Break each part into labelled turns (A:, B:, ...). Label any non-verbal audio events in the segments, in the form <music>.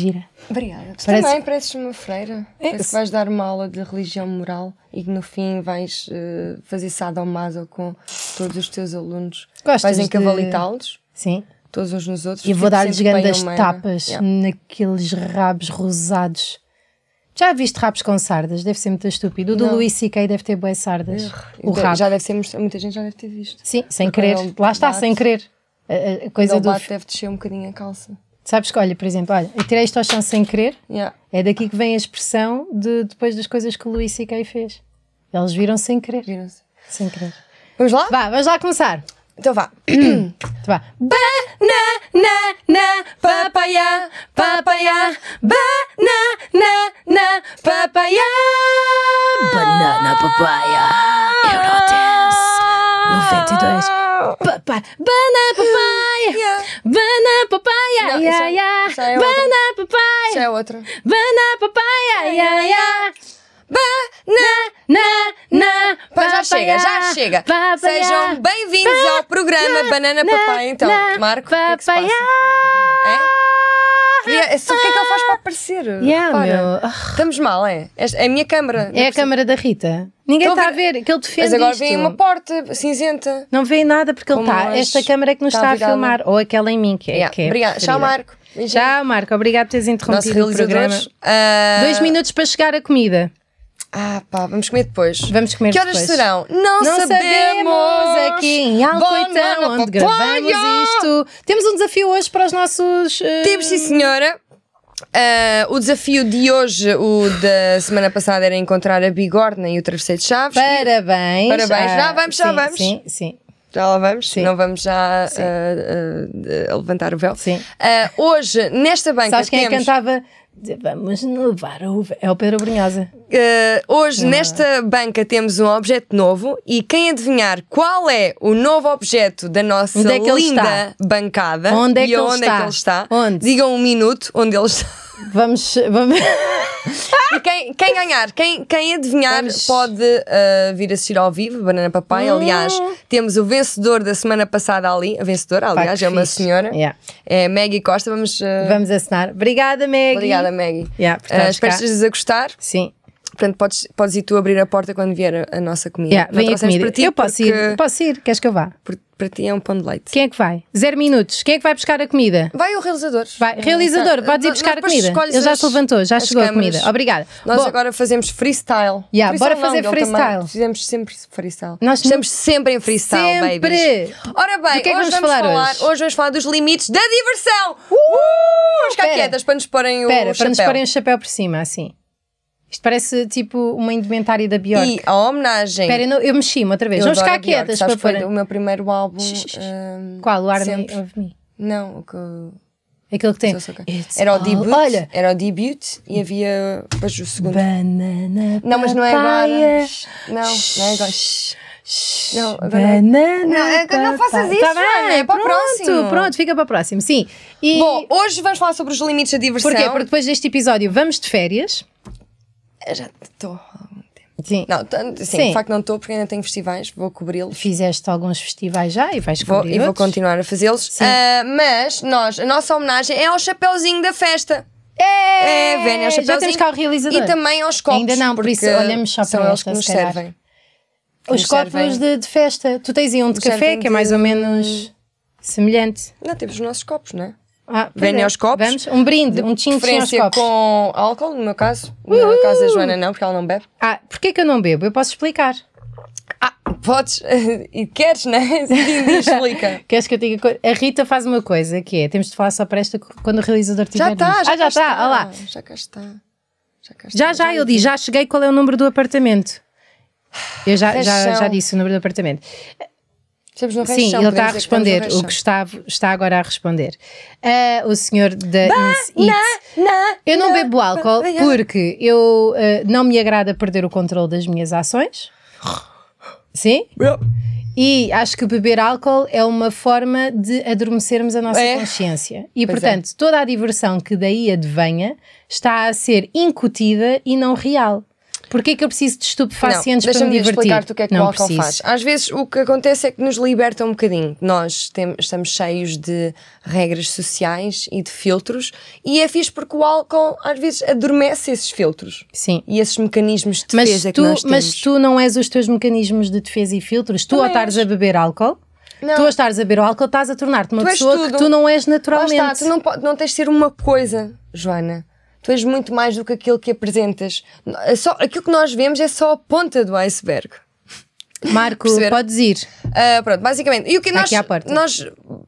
A: Gira.
B: Obrigada. Tu
A: Parece-
B: também pareces uma freira.
A: É,
B: Parece que
A: se-
B: vais dar uma aula de religião moral e que no fim vais eh, fazer sadomaso com todos os teus alunos.
A: Gostas
B: vais
A: de-
B: encavalitá-los,
A: Sim.
B: todos uns nos outros.
A: E vou
B: porque
A: dar-lhes
B: sempre bem
A: grandes
B: humana.
A: tapas
B: Yeah.
A: naqueles rabos rosados. Já viste rabos com sardas? Deve ser muito estúpido. O do
B: Não.
A: Luís C.K. deve ter boas sardas. O
B: Então,
A: rabo.
B: Já deve ser, most- muita gente já deve ter visto.
A: Sim, sem
B: Porque
A: querer.
B: ele
A: Lá está,
B: bate.
A: sem querer. A- A, a
B: Mas
A: coisa
B: ele
A: do.
B: bate, deve descer um bocadinho a calça.
A: Sabes que, olha, por exemplo, olha, eu tirei isto ao chão sem querer.
B: Yeah.
A: É daqui que vem a expressão de depois das coisas que o Luís C.K. fez. Eles viram sem querer.
B: Viram-se.
A: Sem querer.
B: Vamos lá?
A: Vá, vamos lá começar.
B: Então vá.
A: Então Vá.
B: Banana, papaya, papaya, banana, na, papaya.
C: Banana papaya. Eurodance. 92.
A: Papá. Banana papaya.
B: Yeah.
A: Banana papaya.
B: Não,
A: ya,
B: isso é-
A: ya.
B: isso é outra.
A: Banana papaya.
B: Já é outra.
A: Banana papaya. Ya, ya.
B: Banana.
A: Na, na,
B: Pá, já
A: papaya,
B: chega, já chega.
A: papaya.
B: Sejam bem-vindos ao programa Banana
A: na,
B: Papai. Então,
A: na,
B: Marco, o que é que se passa?
A: papaya.
B: É? E é- sabe o que é que ele faz para aparecer?
A: Yeah,
B: Repara.
A: meu. Ah.
B: Estamos mal, é? Esta- É a minha câmara.
A: É a câmara da Rita. Ninguém
B: Estou a
A: está a ver, que ele defende
B: Mas agora
A: isto.
B: vem uma porta cinzenta.
A: Não vê nada porque ele
B: Como
A: está.
B: nós-
A: Esta câmara é que nos
B: está
A: está, a
B: virada.
A: filmar, ou aquela em mim, que é.
B: Yeah,
A: que é a
B: Obrigada. Tchau,
A: preferida.
B: Marco. Beijinho.
A: Tchau, Marco. Obrigado por teres
B: Nosso
A: interrompido o
B: realizador.
A: programa.
B: Ah,
A: Dois minutos para chegar a comida.
B: Ah, pá, vamos comer depois.
A: Vamos comer
B: Que horas
A: depois.
B: serão? Não,
A: Não sabemos aqui é em Alcoitão,
B: Banana
A: onde gravamos
B: papaya!
A: isto. Temos um desafio hoje para os nossos. eh,
B: Temos, Tipo, sim, senhora. Ah, o desafio de hoje, o da semana passada, era encontrar a bigorna e o travesseiro de chaves.
A: Parabéns.
B: Parabéns.
A: Ah,
B: Já vamos, já
A: sim,
B: vamos.
A: Sim, sim.
B: Já lá vamos,
A: Sim.
B: não vamos já ah, ah, ah, levantar o véu.
A: Sim.
B: Ah, hoje, nesta banca,
A: Sabes quem é que
B: temos,
A: cantava? Vamos levar o. véu. É o Pedro Brunhosa.
B: Uh, hoje,
A: É
B: nesta banca, temos um objeto novo e quem adivinhar qual é o novo objeto da nossa
A: Onde é que ele
B: linda bancada
A: Onde é
B: e
A: que ele
B: onde é
A: está?
B: que ele está,
A: Onde?
B: digam um minuto onde ele está.
A: <laughs> Vamos. vamos...
B: E quem, quem ganhar, quem, quem adivinhar,
A: Vamos. Hum.
B: pode uh, vir assistir ao vivo, Banana Papai. Aliás, temos o vencedor da semana passada ali, a vencedora,
A: Pá,
B: <laughs> aliás,
A: que
B: é uma
A: fixe.
B: senhora,
A: Yeah.
B: é Maggie Costa. Vamos. uh,
A: Vamos assinar. Obrigada, Meg.
B: Obrigada, Maggie.
A: Yeah, por
B: Uh,
A: estares
B: espero
A: cá.
B: que estejas a gostar.
A: Sim.
B: Portanto, podes, podes ir tu abrir a porta quando vier a, a nossa comida.
A: Yeah,
B: Não
A: vem a
B: trouxemos
A: comida.
B: Para ti
A: eu posso
B: porque-
A: ir. Posso ir? Queres que eu vá?
B: por- Para ti é um pão de leite.
A: Quem é que vai? Zero minutos. Quem é que vai buscar a comida?
B: Vai o realizador. tá.
A: Vai, realizador, podes ir buscar a comida. Ele já se levantou, já chegou a comida. Obrigada.
B: Nós
A: Bom,
B: agora fazemos freestyle.
A: Yeah, bora
B: não,
A: fazer
B: ele também-
A: freestyle.
B: Fizemos sempre freestyle.
A: Nós
B: estamos sempre em freestyle,
A: Sempre!
B: babies. Ora bem,
A: Do que é que
B: hoje
A: vamos falar hoje?
B: vamos falar dos limites da diversão. Uh! As
A: Espera.
B: caquetas para nos porem o
A: espera,
B: chapéu.
A: para nos porem o chapéu por cima, assim. Isto parece tipo uma indumentária da Bjork.
B: E a homenagem.
A: Espera, eu, não- eu mexi-me outra vez.
B: Eu
A: Vamos
B: adoro
A: ficar
B: a Bjork,
A: quietas
B: sabes
A: para
B: que foi
A: pôr. um
B: o meu primeiro álbum.
A: Shh, shh, shh.
B: hum,
A: Qual? O Army
B: sempre.
A: of Me.
B: Não, o que.
A: Aquele que tem.
B: Sou soca.
A: É, It's
B: Era o
A: all-
B: debut.
A: Olha,
B: Era o debut e havia depois o segundo.
A: banana.
B: Não, mas não é agora.
A: papaya.
B: Shh, Não, não é agora. Shh. Não, agora-
A: Banana.
B: Não, é que não
A: papai.
B: faças isso,
A: Tá
B: Joana,
A: bem,
B: é para o
A: pronto,
B: próximo.
A: Pronto, fica para o próximo, sim. E
B: Bom, hoje vamos falar sobre os limites da diversão.
A: porquê? Porque depois deste episódio vamos de férias.
B: Eu já estou há algum tempo.
A: Sim.
B: Não, tanto- sim,
A: Sim.
B: de facto não estou porque ainda tenho festivais, vou cobri-los.
A: Fizeste alguns festivais já e vais
B: Vou,
A: cobrir
B: e vou
A: outros.
B: continuar a fazê-los.
A: Sim.
B: Ah, mas nós, a nossa homenagem é ao chapéuzinho da festa.
A: É,
B: É, Vénia, ao
A: já temos
B: chapéuzinho.
A: cá o realizador.
B: E também aos copos.
A: Ainda não, por
B: porque
A: isso olhamos só
B: são
A: para
B: eles
A: esta,
B: que nos
A: se calhar.
B: servem. que
A: Os
B: nos
A: copos
B: servem.
A: de, de festa. Tu tens aí um de
B: Nos
A: café,
B: servem
A: que é mais
B: de-
A: ou menos semelhante.
B: Não, temos os nossos copos, não é?
A: Ah, pois
B: Venha
A: é.
B: aos copos.
A: Vamos, um brinde, um tchim tchim aos
B: Preferência
A: copos.
B: com álcool, no meu caso. No caso da Joana não, porque ela não bebe.
A: Ah, porquê que eu não bebo? Eu posso explicar.
B: Ah, podes e queres, né? Sim, explica.
A: Queres que eu diga? co- A Rita faz uma coisa que é: temos de falar só para esta co- quando o realizador tiver.
B: Já está,
A: luz.
B: já,
A: ah, já
B: cá
A: está. Olha lá.
B: Já cá está. Já, cá está.
A: Já, já, eu disse, já cheguei, qual é o número do apartamento? Eu já, já,
B: Paixão.
A: já disse o número do apartamento.
B: Estamos no
A: Sim,
B: reixão,
A: ele está a
B: podemos dizer que estamos
A: responder.
B: no
A: O Gustavo está agora a responder. Ah, o senhor da Miss It.
B: reixão. Não,
A: Eu não
B: não.
A: bebo álcool
B: Obrigada.
A: porque eu ah, não me agrada perder o controle das minhas ações. Sim? E acho que beber álcool é uma forma de adormecermos a nossa
B: É.
A: consciência. E,
B: Pois é.
A: portanto, toda a diversão que daí advenha está a ser incutida e não real. Porquê é que eu preciso de estupefacientes
B: Não,
A: para me
B: deixa-me
A: divertir?
B: explicar-te o que é que
A: não
B: o álcool
A: preciso.
B: faz. Às vezes o que acontece é que nos liberta um bocadinho. Nós tem- estamos cheios de regras sociais e de filtros e é fixe porque o álcool às vezes adormece esses filtros
A: Sim.
B: e esses mecanismos de
A: Mas
B: defesa
A: tu,
B: que nós temos.
A: mas tu não és os teus mecanismos de defesa e filtros. Tu, ao
B: Não
A: estares
B: és.
A: a beber álcool,
B: Não.
A: tu, ao estares a beber o álcool, estás a tornar-te uma
B: Tu és
A: pessoa que
B: tudo.
A: tu não és
B: Lá
A: naturalmente.
B: está, tu não, po- não tens de ser uma coisa, Joana. Tu és muito mais do que aquilo que apresentas. É Só, aquilo que nós vemos é só a ponta do iceberg.
A: <laughs> Marco,
B: Perceber?
A: podes ir.
B: Ah, pronto, basicamente. E o que nós,
A: Aqui à porta.
B: nós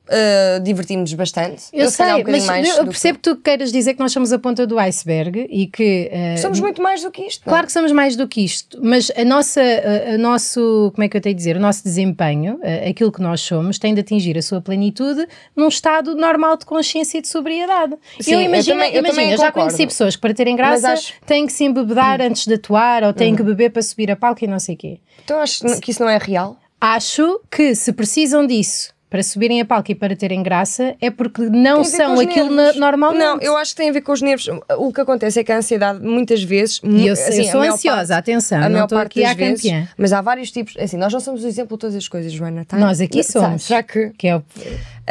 B: ah, divertimos bastante.
A: Eu,
B: se calhar
A: sei,
B: um
A: mas
B: bocadinho mais
A: eu
B: do
A: percebo que tu queiras dizer que nós somos a ponta do iceberg e que. eh,
B: que- Somos muito mais do que isto. não é?
A: Claro que somos mais do que isto, mas a nossa, a- a nosso, como é que eu tenho de dizer, o nosso desempenho, a- aquilo que nós somos, tem de atingir a sua plenitude num estado normal de consciência e de sobriedade.
B: Sim,
A: eu
B: eu
A: imagino,
B: também- eu
A: imagina,
B: também
A: já
B: concordo.
A: conheci pessoas que para terem graça
B: Mas acho- Uhum.
A: têm que se embebedar antes de atuar ou têm que beber para subir a palco e não sei o quê.
B: Então acho que isso não é real.
A: Acho que se precisam disso para subirem a palco e para terem graça é porque não
B: Tem a ver com
A: são
B: os
A: aquilo na,
B: nervos.
A: normalmente.
B: Não, eu acho que tem a ver com os nervos. O que acontece é que a ansiedade, muitas vezes.
A: E eu,
B: assim,
A: eu
B: a
A: sou
B: maior
A: ansiosa,
B: parte-
A: atenção,
B: a
A: não
B: maior
A: estou
B: parte
A: aqui
B: das
A: à
B: vezes,
A: campeã.
B: Mas há vários tipos. Assim, nós não somos o exemplo de todas as coisas, Joana, tá?
A: Nós aqui
B: Tá,
A: somos.
B: Será que.
A: Que é o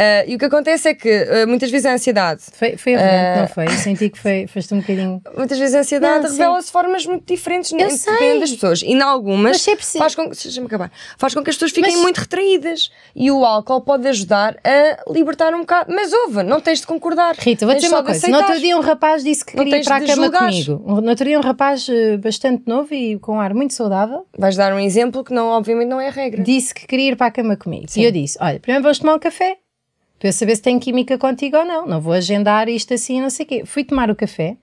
B: Ah, e o que acontece é que ah, muitas vezes a ansiedade.
A: Foi, foi arrogante,
B: Eh,
A: não foi? Eu senti que foi, foste um bocadinho.
B: Muitas vezes a ansiedade
A: Não, sim.
B: revela-se de formas muito diferentes
A: Eu sei.
B: dependendo das pessoas. E em algumas
A: Mas é preciso-
B: faz com que deixa-me acabar. Faz com que as pessoas fiquem
A: Mas-
B: muito retraídas. E o álcool pode ajudar a libertar um bocado. Mas ouve, não tens de concordar.
A: Rita, vou
B: Tens
A: dizer
B: só
A: uma
B: de
A: coisa. No
B: aceitar.
A: outro dia um rapaz disse que
B: Não
A: queria ir
B: tens
A: para a
B: de
A: cama
B: julgar.
A: comigo. Um- No outro dia um rapaz eh, bastante novo e com um ar muito saudável
B: Vais dar um exemplo que não, obviamente não é a regra.
A: disse que queria ir para a cama comigo. E eu disse: Olha, primeiro vamos tomar um café para eu saber se tem química contigo ou não. Não vou agendar isto assim, não sei o quê. Fui tomar o café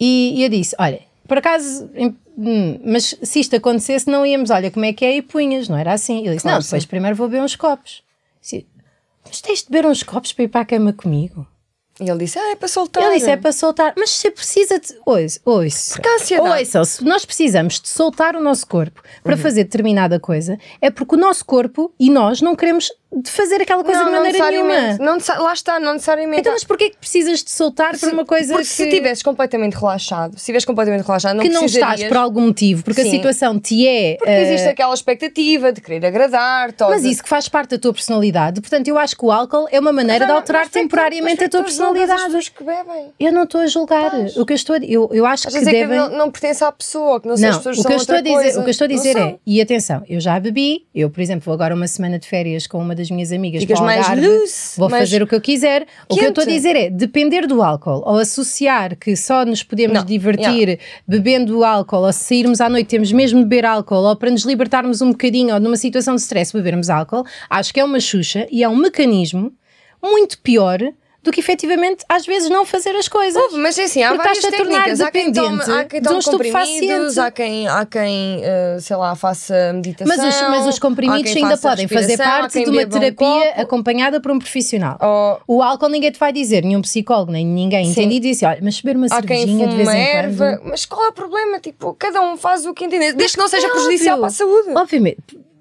A: e eu disse: Olha, por acaso. em- hum, Mas se isto acontecesse, não íamos, olha como é que é, e punhas, não era assim? Ele disse:
B: Claro,
A: Não, depois
B: sim.
A: primeiro vou beber uns copos. Disse, mas tens de beber uns copos para ir para a cama comigo?
B: E ele disse: Ah, é para soltar.
A: Ele disse é para soltar, mas você precisa de. Ouça, ouça.
B: Porque a Uhum. ansiedade-
A: Ouça, se nós precisamos de soltar o nosso corpo para fazer determinada coisa, é porque o nosso corpo e nós não queremos de fazer aquela coisa de maneira
B: necessariamente.
A: nenhuma.
B: Não necessa- lá está, não necessariamente.
A: Então, mas porquê é que precisas de soltar para uma coisa
B: Porque
A: que,
B: se estivesse completamente relaxado, se estivesse completamente relaxado, não
A: que não estás
B: precisarias-
A: por algum motivo? Porque a
B: Sim.
A: situação te é.
B: Porque
A: eh,
B: existe aquela expectativa de querer agradar, todo.
A: mas isso que faz parte da tua personalidade. Portanto, eu acho que o álcool é uma maneira de alterar temporariamente a tua
B: As
A: personalidade.
B: pessoas que bebem.
A: Eu não estou a julgar. O que eu estou a... eu, eu acho
B: Às
A: que
B: vezes é
A: devem.
B: que não, não pertence à pessoa, que não, sei as
A: o
B: pessoas
A: que,
B: são
A: eu estou a
B: outra
A: dizer,
B: coisa.
A: o que eu estou a
B: Não
A: dizer é,
B: são.
A: e atenção, eu já bebi, eu, por exemplo, vou agora uma semana de férias com uma das minhas amigas
B: Ficas
A: para o
B: mais
A: Algarve,
B: loose,
A: vou
B: mais
A: fazer o que eu quiser. O que eu estou a
B: quente.
A: dizer é, depender do álcool, ou associar que só nos podemos
B: Não,
A: divertir bebendo álcool, ou se sairmos à noite temos mesmo de beber álcool, ou para nos libertarmos um bocadinho, ou numa situação de stress bebermos álcool, acho que é uma xuxa e é um mecanismo muito pior do que efetivamente às vezes não fazer as coisas.
B: Houve, mas é assim, há
A: Porque
B: várias
A: estás-te a tornar
B: técnicas. Há quem tome, há
A: dependente
B: quem
A: de um
B: tome comprimidos,
A: estupefaciente.
B: há quem, há quem eh, sei lá, faça meditação.
A: Mas os, mas os
B: há
A: comprimidos
B: quem
A: ainda
B: faça
A: podem fazer
B: respiração, há
A: parte
B: quem
A: de uma
B: beba um
A: terapia
B: copo.
A: acompanhada por um profissional.
B: Ou-
A: O álcool ninguém te vai dizer, nenhum psicólogo, nem ninguém
B: Sim.
A: entendido disse, assim, olha, mas beber uma
B: Há quem
A: cervejinha
B: fuma
A: de vez
B: uma
A: em
B: erva, mas qual é o problema? Tipo, cada um faz o que entender, desde que não seja
A: é óbvio.
B: prejudicial para a saúde.
A: quando. Obviamente,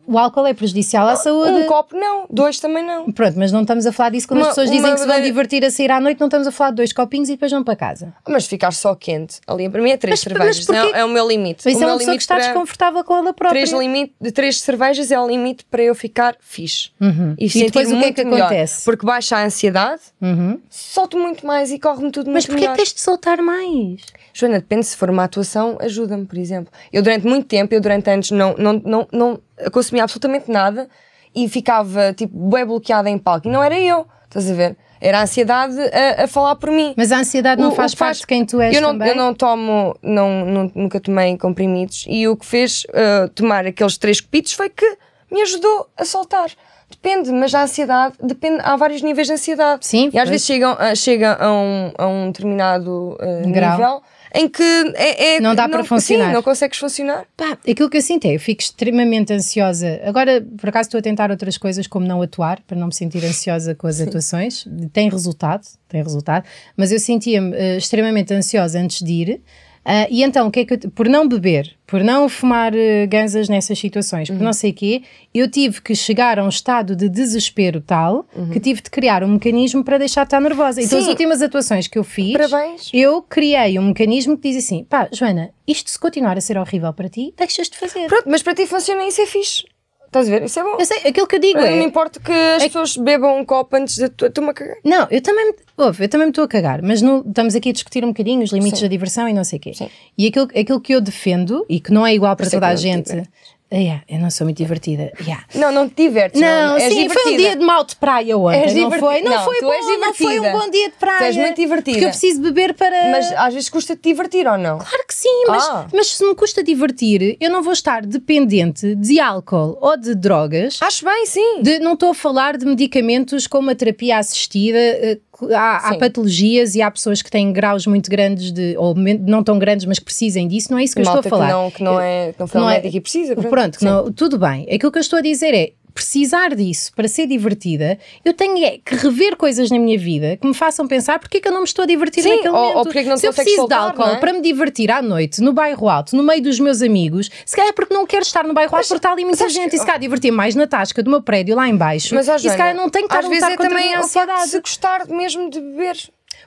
A: o álcool é prejudicial à saúde.
B: Um copo não, dois também não.
A: Pronto, mas não estamos a falar disso quando
B: Uma-
A: as pessoas
B: uma
A: dizem que se vão
B: verdadeira-
A: divertir a sair à noite, não estamos a falar de dois copinhos e depois vão para casa.
B: Mas ficar só quente, ali para mim é três
A: Mas- mas
B: cervejas,
A: porquê-
B: não, é o meu limite.
A: Mas
B: o
A: isso é
B: meu
A: uma pessoa que
B: limite
A: está
B: para-
A: desconfortável com ela própria.
B: Três, limite, de três cervejas é o limite para eu ficar fixe.
A: E
B: sentir
A: depois o que é
B: muito
A: que
B: melhor.
A: acontece?
B: Porque baixa a ansiedade,
A: Uhum.
B: solto muito mais e corre-me tudo
A: Mas
B: muito
A: porquê é
B: melhor.
A: que tens de soltar mais?
B: Joana, depende se for uma atuação, ajuda-me, por exemplo. Eu durante muito tempo, eu durante anos não, não, não, não consumia absolutamente nada e ficava tipo bem bloqueada em palco. E não era eu, estás a ver? Era a ansiedade a, a falar por mim.
A: Mas a ansiedade
B: O-
A: Ah, não
B: o
A: faz
B: que
A: parte de quem tu és
B: eu não,
A: também?
B: Eu não tomo, não, não- nunca tomei comprimidos e o que fez eh, tomar aqueles três copitos foi que me ajudou a soltar. Depende, mas a ansiedade, depende, há vários níveis de ansiedade.
A: Sim,
B: E às
A: pois.
B: vezes chegam, a- chega a um, a um determinado eh,
A: Grau.
B: nível em que é, é-
A: Não dá para funcionar.
B: Sim, não consegues funcionar.
A: Pá, aquilo que eu sinto é, eu fico extremamente ansiosa. Agora, por acaso, estou a tentar outras coisas, como não atuar, para não me sentir ansiosa com as atuações. Tem resultado, tem resultado. Mas eu sentia-me eh, extremamente ansiosa antes de ir. Ah, e então, o que é que eu, por não beber, por não fumar eh, ganzas nessas situações,
B: Uhum.
A: por não sei o quê, eu tive que chegar a um estado de desespero tal que tive de criar um mecanismo para deixar de estar nervosa. Então, as
B: Uhum. Sim.
A: últimas atuações que eu fiz,
B: Parabéns.
A: eu criei um mecanismo que diz assim: pá, Joana, isto se continuar a ser horrível para ti, deixas de fazer.
B: Pronto, mas para ti funciona isso é fixe. Estás a ver? Isso é bom.
A: Eu sei, aquilo que eu digo
B: Eu não me
A: é.
B: importa que as pessoas bebam um copo antes de tu, tu me cagar.
A: Não, eu também, me- ouve, eu também me estou a cagar, mas não- estamos aqui a discutir um bocadinho os limites da diversão e não sei o quê.
B: Sim.
A: E aquilo, aquilo que eu defendo, e que não é igual para
B: isso é
A: toda
B: que
A: a
B: eu não
A: gente. Ah, yeah, eu não sou muito divertida. yeah.
B: Não, não te divertes.
A: Não,
B: és
A: sim, foi um
B: divertida.
A: dia de mal de praia ontem,
B: És
A: não
B: diverti-
A: foi? Não,
B: Não,
A: foi
B: tu
A: bom,
B: és
A: não foi um
B: divertida.
A: bom dia de praia.
B: Tu és muito divertida.
A: Porque eu preciso beber para...
B: Mas às vezes custa te divertir ou não?
A: Claro que sim, mas,
B: Ah.
A: mas se me custa divertir, eu não vou estar dependente de álcool ou de drogas.
B: Acho bem, sim.
A: De- não estou a falar de medicamentos como a terapia assistida. eh, que Há, há
B: Sim.
A: patologias e há pessoas que têm graus muito grandes de, ou men- não tão grandes, mas precisem disso. Não é isso que eu
B: Malta
A: estou a falar.
B: Que não, que não é. Que não foi
A: Não
B: ao
A: é-
B: médico e precisa.
A: Pronto,
B: sim.
A: não- tudo bem. Aquilo que eu estou a dizer é precisar disso para ser divertida, eu tenho é que rever coisas na minha vida que me façam pensar porque é que eu não me estou a divertir
B: Sim,
A: naquele
B: ou-
A: momento.
B: ou porque é que não te
A: se eu
B: consegues
A: preciso
B: soltar,
A: de álcool
B: não é?
A: para me divertir à noite, no bairro alto, no meio dos meus amigos, se calhar é porque não quero estar no bairro alto porque está ali muita
B: sabes
A: gente
B: que-
A: e se calhar divertir mais na tasca do meu prédio lá em baixo
B: Mas, ó,
A: e se
B: Joana,
A: calhar não tenho que estar
B: às
A: a
B: vezes
A: lutar
B: é
A: contra a
B: também
A: minha
B: o facto de
A: ansiedade.
B: se gostar mesmo de beber.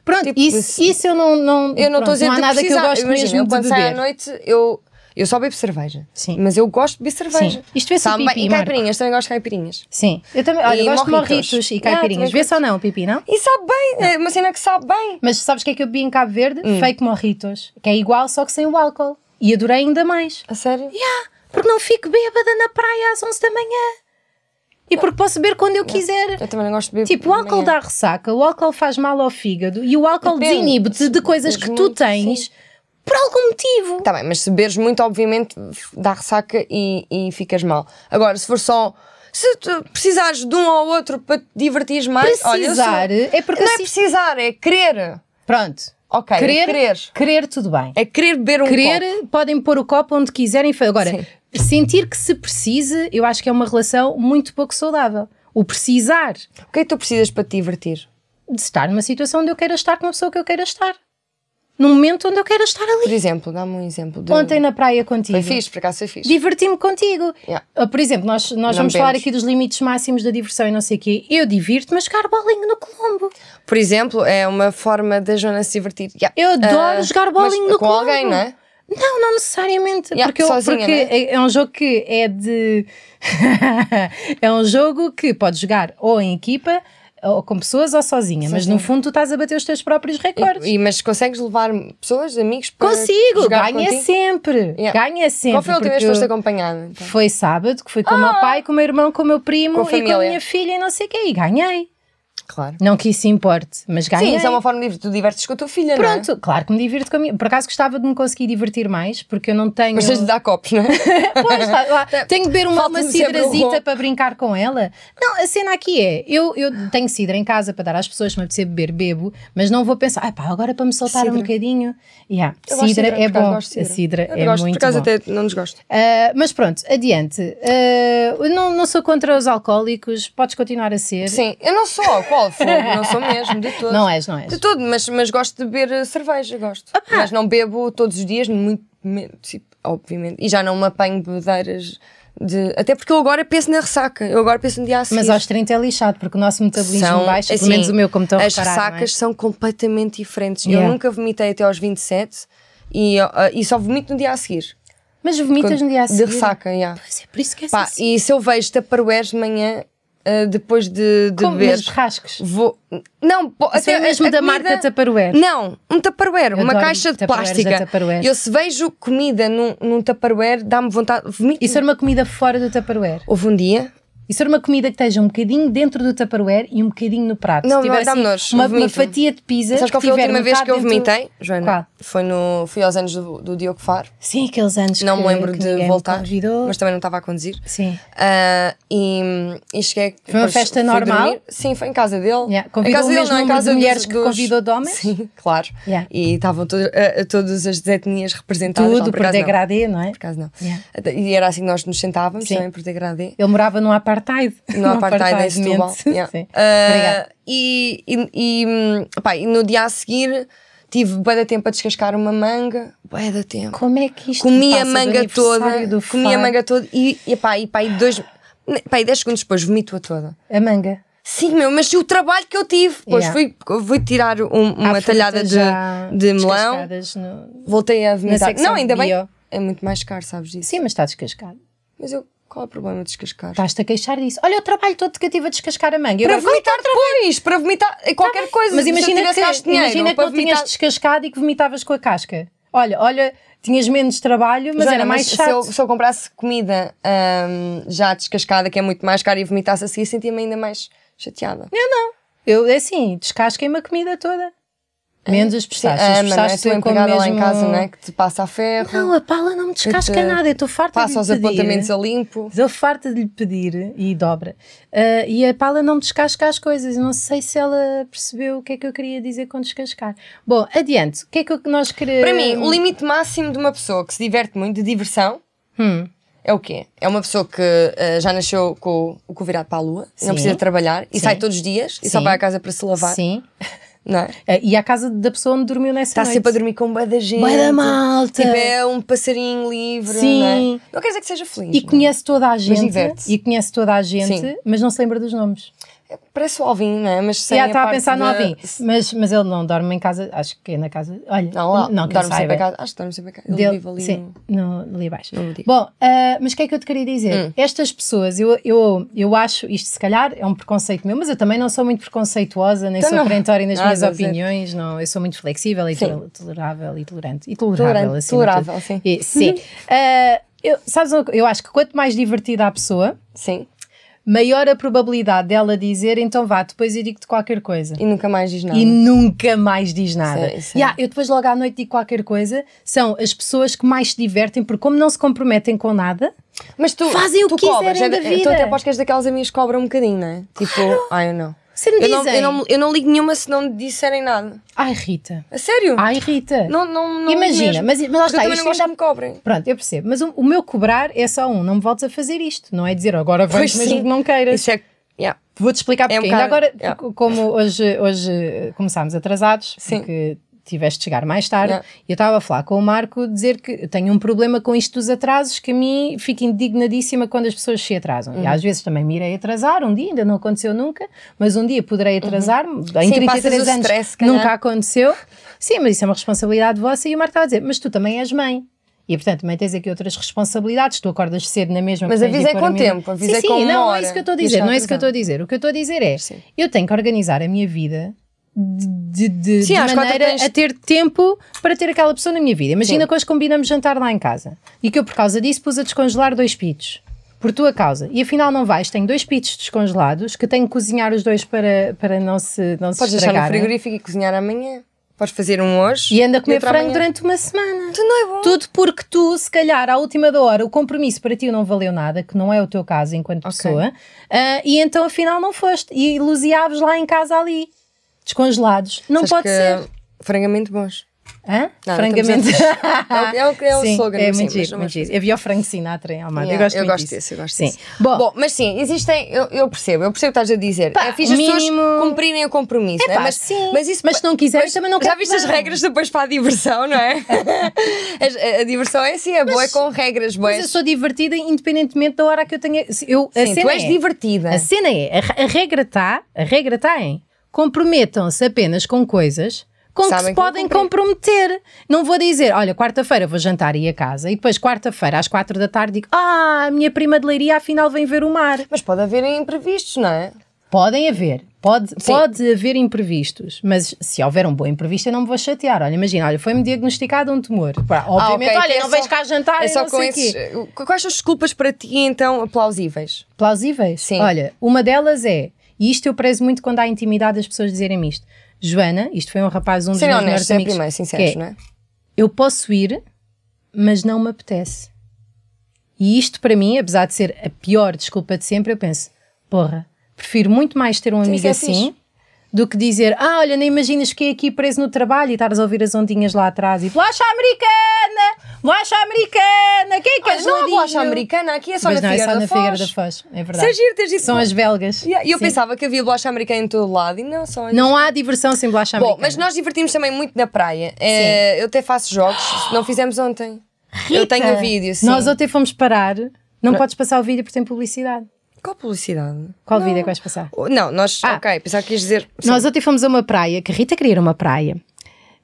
A: Pronto,
B: tipo,
A: isso,
B: se-
A: isso eu não, não,
B: Eu não estou a dizer
A: pronto, não há nada
B: tu
A: que eu
B: precisar.
A: gosto
B: Imagina,
A: mesmo
B: eu
A: de
B: quando saio
A: beber.
B: à noite, eu, eu só bebo cerveja.
A: Sim.
B: Mas eu gosto de beber cerveja.
A: Sim. Isto vê-se o
B: Sabe bem,
A: pipi,
B: E
A: Marco.
B: caipirinhas, também gosto de caipirinhas.
A: Sim, eu também, olha,
B: E
A: eu gosto de
B: morritos.
A: morritos e
B: Ah, também
A: caipirinhas. Vê
B: gosto.
A: só não, pipi, não?
B: E sabe bem, é uma cena que sabe bem.
A: Mas sabes o que é que eu bebi em Cabo Verde?
B: Hum.
A: Fake morritos, que é igual, só que sem o álcool. E adorei ainda mais.
B: A sério?
A: Yeah, porque não fico bêbada na praia às 11 da manhã. E porque posso beber quando eu quiser.
B: Eu também não gosto de beber.
A: Tipo, o
B: de
A: álcool
B: manhã.
A: dá ressaca, o álcool faz mal ao fígado e o álcool
B: Depende.
A: desinibe-te de coisas que
B: Mas
A: tu
B: muito,
A: tens
B: sim.
A: por algum motivo.
B: Tá bem, mas se beberes muito, obviamente, dá ressaca e, e ficas mal. Agora, se for só. Se tu precisares de um ou outro para te divertir mais, olha, eu sou-
A: Precisar é porque
B: não é
A: assim-
B: precisar, é querer.
A: Pronto.
B: Ok,
A: Querer,
B: é querer.
A: querer, tudo bem.
B: É querer beber um
A: querer,
B: copo.
A: podem pôr o copo onde quiserem. Agora,
B: Sim.
A: sentir que se precise, eu acho que é uma relação muito pouco saudável. O precisar
B: O que é que tu precisas para te divertir?
A: de estar numa situação onde eu queira estar com a pessoa que eu queira estar. Num momento onde eu queira estar ali.
B: Por exemplo, dá-me um exemplo. De...
A: Ontem na praia contigo.
B: Foi fixe, por acaso foi fixe.
A: Diverti-me contigo.
B: Yeah.
A: Ah, Por exemplo, nós, nós
B: Não
A: vamos falar
B: bebes.
A: aqui dos limites máximos da diversão e não sei o quê. Eu divirto-me a jogar bolinho no Colombo.
B: Por exemplo, é uma forma da Joana se divertir. Yeah.
A: Eu adoro
B: Ah,
A: jogar bolinho
B: mas
A: no
B: com
A: clube.
B: alguém, não é?
A: Não, não necessariamente.
B: Yeah,
A: porque eu-
B: sozinha,
A: porque
B: né?
A: é, é um jogo que é de. <laughs> é um jogo que podes jogar ou em equipa, ou com pessoas, ou sozinha. Mas no fundo tu estás a bater os teus próprios recordes.
B: E, e- mas consegues levar pessoas, amigos para
A: Consigo!
B: jogar
A: Ganha
B: contigo?
A: sempre!
B: Yeah.
A: Ganha sempre!
B: Qual foi a última vez que
A: porque
B: foste acompanhada? então?
A: Foi sábado, que fui com o meu pai, com o meu irmão, com o meu primo
B: Com a
A: e com a
B: família.
A: minha filha e não sei o quê. E ganhei.
B: Claro.
A: Não que isso importe, mas ganhei.
B: Sim, isso é uma forma de tu divertes com a tua filha, não é?
A: Pronto, claro que me divirto com a minha. Por acaso gostava de me conseguir divertir mais, porque eu não tenho.
B: Mas tens de dar copos, não é? <laughs>
A: Pois, tá lá. Tenho que beber uma, uma
B: Falta-me sempre um
A: cidrazita
B: ron.
A: para brincar com ela. Não, a cena aqui é: eu, eu tenho cidra em casa para dar às pessoas, se me apetecer beber, bebo, mas não vou pensar, ah, pá, agora para me soltar um
B: Cidra.
A: bocadinho. Yeah,
B: Eu gosto de
A: cidra é
B: por acaso
A: bom.
B: gosto de
A: A cidra
B: Eu
A: é
B: gosto,
A: muito
B: Por acaso
A: bom.
B: até não desgosto.
A: Ah, mas pronto, adiante. Ah, eu não, não sou contra os alcoólicos, podes continuar a ser.
B: Sim, eu não sou alcoólico, fogo, não sou mesmo, de todo.
A: Não és, não és.
B: De todo, mas, mas gosto de beber eh, cerveja, gosto. Mas não bebo todos os dias, muito, me- tipo, obviamente. E já não me apanho bebedeiras de. Até porque eu agora penso na ressaca, eu agora penso no dia a seguir.
A: Mas aos 30 é lixado, porque o nosso metabolismo
B: São,
A: baixa,
B: assim,
A: pelo menos o meu, como estão a
B: As
A: reparar, não é?
B: ressacas são completamente diferentes.
A: Yeah.
B: Eu nunca vomitei até aos 27 e, eh, e só vomito no dia a seguir.
A: Mas vomitas no dia a seguir.
B: De ressaca, yeah.
A: Pois é, por isso que é
B: Pá,
A: assim.
B: e se eu vejo taparueres de manhã ah, depois de, de
A: Como, mas
B: beber.
A: rascos.
B: Vou. Não, po-
A: Isso é
B: a-
A: mesmo
B: a
A: da
B: comida-
A: marca Tupperware?
B: Não, um Tupperware, uma
A: adoro
B: caixa de
A: Tupperwares da
B: plástica.
A: Tupperware.
B: Eu se vejo comida num, num Tupperware, dá-me vontade. Vomito.
A: Isso é era uma comida fora do Tupperware.
B: Houve um dia.
A: Isso era uma comida que esteja um bocadinho dentro do Tupperware e um bocadinho no prato.
B: Não,
A: Se tiver
B: não, dá-me nojo,
A: uma, uma
B: vomito.
A: fatia de pizza.
B: Sabes qual
A: que
B: foi a
A: tiver
B: última vez
A: metade
B: que eu
A: dentro-
B: vomitei, Joana?
A: Qual?
B: Foi, no, foi aos anos do, do Diogo Faro.
A: Sim, aqueles anos
B: Não
A: que,
B: me lembro
A: que
B: de
A: ninguém
B: voltar,
A: Me convidou.
B: mas também não estava a conduzir.
A: Sim.
B: Ah, e, e cheguei.
A: Foi uma
B: depois
A: festa
B: fui
A: normal?
B: dormir. Sim, foi em casa dele.
A: Yeah,
B: Em
A: convidou
B: casa
A: o
B: dele,
A: mesmo
B: não, em
A: número de
B: casa
A: mulheres que convidou de homens?
B: Sim, <laughs> claro.
A: Yeah.
B: E estavam todo, eh, todas as etnias representadas. Não,
A: Tudo
B: por
A: por
B: acaso não.
A: degradê, não é?
B: Por acaso não.
A: Yeah.
B: Até- E era assim que nós nos sentávamos,
A: Sim.
B: também
A: <laughs>
B: por degradê.
A: Ele morava num apartheid. <laughs>
B: No apartheid é em Setúbal.
A: apartheid,
B: Yeah.
A: Sim.
B: Ah,
A: Obrigada.
B: e, e, e, pá, e no dia a seguir Tive bué da tempo a descascar uma manga, bué da tempo.
A: Como é que isto
B: comi a
A: passa do
B: Uh, manga
A: aniversário
B: toda,
A: do
B: comi a
A: fado?
B: manga toda e, e pá, e pá, e dois, pá, e 10 segundos depois vomito-a toda.
A: A manga.
B: Sim, meu, mas e o trabalho que eu tive? Depois
A: Yeah.
B: fui, fui tirar um-
A: Há
B: uma
A: frutas
B: talhada de,
A: já
B: de melão,
A: descascadas no-
B: voltei a
A: Na
B: vomitar.
A: secção
B: Não, ainda
A: de
B: bem,
A: bio.
B: é muito mais caro, sabes disso.
A: Sim, mas está descascado.
B: Mas eu, qual é o problema de descascar?
A: Estás-te a queixar disso. Olha o trabalho todo que eu tive a descascar a manga. Eu
B: Para
A: Tá. agora-
B: vomitar depois, para vomitar eh, qualquer coisa.
A: Tá Mas
B: se eu
A: imagina
B: tivesse
A: que,
B: gasto dinheiro
A: imagina que
B: para
A: não tinhas
B: vomitar-
A: descascado e que vomitavas com a casca. Olha, olha, tinhas menos trabalho, mas
B: Joana,
A: era mais
B: se
A: chato.
B: eu- Se eu, comprasse comida hum, já descascada, que é muito mais cara, e vomitasse assim, eu sentia-me ainda mais chateada.
A: Eu, é assim, descasquem-me a comida toda. Menos os pistaches.
B: Ah,
A: Os
B: mas não é
A: pistaches
B: tua
A: eu como
B: empregada lá em
A: mesmo-
B: casa, não é? Que te passa a é ferro,
A: Não, a Paula não me descasca
B: Eu te-
A: nada. Eu estou farta de
B: passa
A: lhe
B: os
A: pedir.
B: apontamentos a limpo.
A: Mas Eu farta de lhe pedir e dobra. Ah, e a Paula não me descasca as coisas. Não sei se ela percebeu o que é que eu queria dizer com descascar. Bom, adiante. O que é que eu- nós queremos?
B: Para mim, o limite máximo de uma pessoa que se diverte muito, de diversão,
A: Hum.
B: é o quê? É uma pessoa que ah, já nasceu com o cu virado para a lua,
A: Sim.
B: não precisa trabalhar, e
A: Sim.
B: sai todos os dias, e só
A: Sim.
B: vai à casa para se lavar,
A: Sim.
B: não é?
A: Ah, e a casa da pessoa onde dormiu nessa
B: Está
A: noite.
B: sempre a dormir com um bué da gente.
A: Bué da malta.
B: Tipo, é um passarinho livre,
A: Sim.
B: não é? Não quer dizer que seja feliz.
A: E
B: não é?
A: conhece toda a gente.
B: diverte-se.
A: E conhece toda a gente,
B: Sim.
A: mas não se lembra dos nomes.
B: Parece o Alvin, não é? Mas
A: Sim,
B: sem
A: já
B: a
A: estava a
B: parte
A: pensar no
B: da-
A: Alvin. Mas, mas ele não dorme em casa, acho que é na casa. Olha,
B: Não, lá,
A: não que eu
B: dorme sempre
A: saiba.
B: a casa. Acho que dorme sempre a casa. Ele
A: Dele-
B: vive ali.
A: sim,
B: no-
A: no, ali abaixo.
B: no Hum. Digo.
A: Bom, ah, mas o que é que eu te queria dizer? Estas pessoas, eu, eu, eu acho, isto se calhar é um preconceito meu, mas eu também não sou muito preconceituosa, nem
B: Então
A: sou
B: não-
A: perentória nas
B: nada
A: minhas
B: a dizer.
A: opiniões, não, eu sou muito flexível e
B: Sim.
A: tol- tolerável e tolerante. E
B: Tolerante,
A: tolerável, assim.
B: tolerável, sim.
A: E,
B: <laughs>
A: sim. Ah, eu, sabes, uma co- eu acho que quanto mais divertida a pessoa,
B: Sim.
A: maior a probabilidade dela dizer, então vá, depois eu digo-te qualquer coisa.
B: E nunca mais diz nada.
A: E nunca mais diz nada.
B: Sei, sei.
A: Yeah, eu depois logo à noite digo qualquer coisa. São as pessoas que mais se divertem, porque como não se comprometem com nada,
B: Mas tu,
A: Fazem o
B: tu
A: que
B: cobras.
A: quiserem
B: é-
A: da
B: é- Tu
A: vida.
B: até aposto que és daquelas amigas que cobram um bocadinho, não é? Tipo, ai, eu não.
A: se me
B: Eu
A: dizem.
B: não, eu, não, eu não ligo nenhuma se não me disserem nada.
A: Ai, Rita.
B: A sério?
A: Ai, Rita.
B: Não, não, não
A: Imagina,
B: mesmo.
A: mas, mas lá
B: Porque eu
A: está.
B: também
A: isto
B: não gosto
A: ainda-
B: que me cobrem.
A: Pronto, eu percebo. Mas o, o meu cobrar é só um. Não me voltes a fazer isto. Não é dizer agora vais
B: Pois
A: mesmo
B: sim.
A: que não queiras.
B: Isso é. Yeah.
A: Vou-te explicar
B: É um
A: porque ainda
B: bocado-
A: agora,
B: yeah.
A: porque como hoje, hoje eh, começámos atrasados,
B: Sim.
A: porque tiveste de chegar mais tarde,
B: Yeah.
A: e eu estava a falar com o Marco, dizer que eu tenho um problema com isto dos atrasos, que a mim fico indignadíssima quando as pessoas se atrasam.
B: Uhum.
A: E às vezes também me irei atrasar, um dia, ainda não aconteceu nunca, mas um dia poderei atrasar-me, em
B: Uhum. Sim, passas
A: 33
B: o
A: anos
B: stress, se calhar.
A: nunca aconteceu. Sim, mas isso é uma responsabilidade vossa, e o Marco estava a dizer, mas tu também és mãe. E portanto, também tens aqui outras responsabilidades, tu acordas cedo na mesma
B: Mas
A: porque tens de
B: avisa
A: ir
B: com
A: pôr a menina-
B: tempo, avisa
A: sim, sim,
B: com uma
A: não é
B: hora.
A: isso que eu estou a
B: Deixa
A: dizer, não é
B: ela
A: isso que eu estou a dizer. O que eu estou a dizer é,
B: Sim.
A: eu tenho que organizar a minha vida de, de- de-
B: Sim,
A: de
B: às quatro
A: maneira
B: tens-
A: a ter tempo para ter aquela pessoa na minha vida. Imagina
B: Sim.
A: que hoje combinamos jantar lá em casa e que eu por causa disso pus a descongelar dois pitos. Por tua causa. E afinal não vais, tenho dois pitos descongelados que tenho que cozinhar os dois para, para não se, não se
B: Podes deixar no
A: estragarem.
B: frigorífico e cozinhar amanhã. Podes fazer um hoje.
A: né? E anda a comer
B: outro
A: frango
B: amanhã.
A: durante uma semana.
B: Tu não é bom.
A: Tudo porque tu, se calhar, à última da hora, o compromisso para ti não valeu nada, que não é o teu caso enquanto pessoa, ah, e então afinal não foste. E ilusiavas lá em casa ali, descongelados. Não
B: Sabes
A: pode
B: que, é
A: ser.
B: Frangamente bons.
A: Hã?
B: Não,
A: Francamente.
B: estamos
A: <laughs>
B: a- <laughs> É o que é o
A: Sim,
B: slogan.
A: é
B: sim,
A: muito
B: mas
A: giro,
B: não
A: muito
B: é-
A: giro. Havia o Frank Sinatra em Almada.
B: Yeah,
A: é? eu gosto
B: eu
A: muito
B: gosto
A: disso.
B: desse, eu gosto
A: Sim.
B: desse.
A: Bom,
B: Bom, mas sim, existem, eu, eu percebo, eu percebo o que estás a dizer.
A: Pá,
B: é fixe as
A: mínimo-
B: pessoas cumprirem o compromisso, não é?
A: Epá,
B: mas,
A: sim.
B: mas isso
A: Mas se não quiseres, também não
B: Já
A: quero
B: viste as
A: não.
B: regras depois para a diversão, não
A: <laughs>
B: é? As- a, a diversão é assim, é boa é com regras
A: mas eu
B: boas.
A: sou divertida independentemente da hora que eu tenha. se Eu, a
B: Sim,
A: cena
B: tu és
A: é-
B: divertida.
A: A cena é, a, re- a regra está, a regra está em comprometam-se apenas com coisas com que
B: Sabem
A: se
B: que vão
A: podem
B: cumprir.
A: comprometer. Não vou dizer, olha, quarta-feira vou jantar e ir a casa e depois quarta-feira às quatro da tarde digo, ah, a minha prima de leiria afinal vem ver o mar.
B: Mas pode haver imprevistos, não é?
A: Podem haver, pode, pode haver imprevistos, mas se houver um bom imprevisto eu não me vou chatear. Olha, imagina, olha, foi-me diagnosticado um tumor. Pá, Obviamente,
B: ok, que
A: olha,
B: é
A: não
B: só-
A: vais cá jantar, Ah,
B: é
A: eu
B: só
A: não
B: com
A: sei
B: esses.
A: quê
B: Quais são as desculpas para ti, então, plausíveis?
A: plausíveis.
B: Sim.
A: Olha, uma delas é, e isto eu prezo muito quando há intimidade as pessoas dizerem-me isto. Joana, isto foi um rapaz, um dos
B: Serem
A: meus
B: honestos,
A: melhores
B: é
A: amigos.
B: primeiro,
A: que
B: sinceros,
A: é,
B: não é?
A: Eu posso ir, mas não me apetece. E isto para mim, apesar de ser a pior desculpa de sempre, eu penso, porra, prefiro muito mais ter um
B: Sim,
A: amigo
B: isso é fixe.
A: assim do que dizer, ah, olha, nem imaginas que é aqui preso no trabalho e estares a ouvir as ondinhas lá atrás e bolacha americana, bolacha americana, quem é que é
B: Mas não há
A: geladinho?"
B: bolacha americana, aqui é só
A: Mas não,
B: na
A: é
B: Figueira
A: só na
B: da
A: Figueira da
B: Foz.
A: Foz, é
B: Isso é
A: verdade.
B: giro, teres dito.
A: São as belgas.
B: Yeah, E eu
A: Sim.
B: pensava que havia bolacha americana em todo lado e não, só em-
A: Não há diversão sem bolacha
B: Bom,
A: americana.
B: mas é nós divertimos também muito na praia. Eh, eu até faço jogos, não fizemos ontem. Eu tenho o vídeo, sim.
A: Nós ontem fomos parar, não, podes passar o vídeo porque tem publicidade.
B: Qual publicidade?
A: Qual
B: Não.
A: vídeo é que vais passar?
B: Não, nós.
A: Ah.
B: Ok, pensava que ias dizer.
A: Nós ontem fomos a uma praia, que a Rita queria ir a uma praia,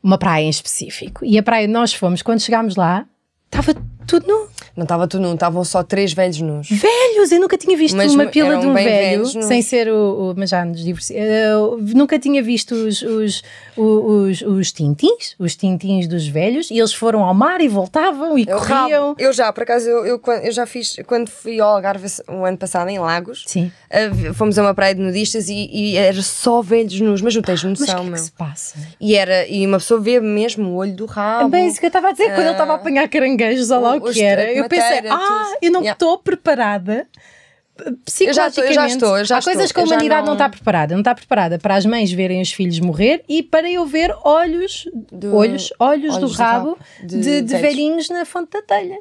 A: uma praia em específico, e a praia onde nós fomos, quando chegámos lá, estava tudo nu.
B: Não estava tu nu, estavam só três velhos nus.
A: Velhos, eu nunca tinha visto
B: Mas
A: uma
B: m-
A: pila
B: eram
A: de um
B: bem
A: velho,
B: velhos, não? é?
A: sem ser o, o- mas já nos diversi- eu nunca tinha visto os, os, os, os, os tintins, os tintins dos velhos, e eles foram ao mar e voltavam e
B: Eu,
A: corriam.
B: É rabo. eu já, por acaso, eu, eu, quan- eu já fiz. Quando fui ao Algarve esse- o ano passado, em Lagos,
A: Sim.
B: eh, vi- fomos a uma praia de nudistas e, e era só velhos nus, mas não
A: Mas
B: tens
A: o
B: noção,
A: que é que
B: meu.
A: se passa?
B: E, era, e uma pessoa vê mesmo o olho do rabo.
A: Bem, isso que eu estava a dizer, quando ele estava a
B: eh,
A: apanhar caranguejos, olha lá o
B: Os-
A: que era,
B: a
A: eu pensei,
B: matéira,
A: ah,
B: tudo.
A: eu não
B: Yeah.
A: estou preparada
B: Eu já estou,
A: psicologicamente.
B: eu já estou, eu já
A: Há coisas
B: estou,
A: que a
B: eu já
A: humanidade não
B: não-
A: está preparada. Não está preparada para as mães verem os filhos morrer e para eu ver olhos,
B: Do-
A: olhos, olhos, do rabo, de, de
B: velhos.
A: velhinhos na fonte da telha.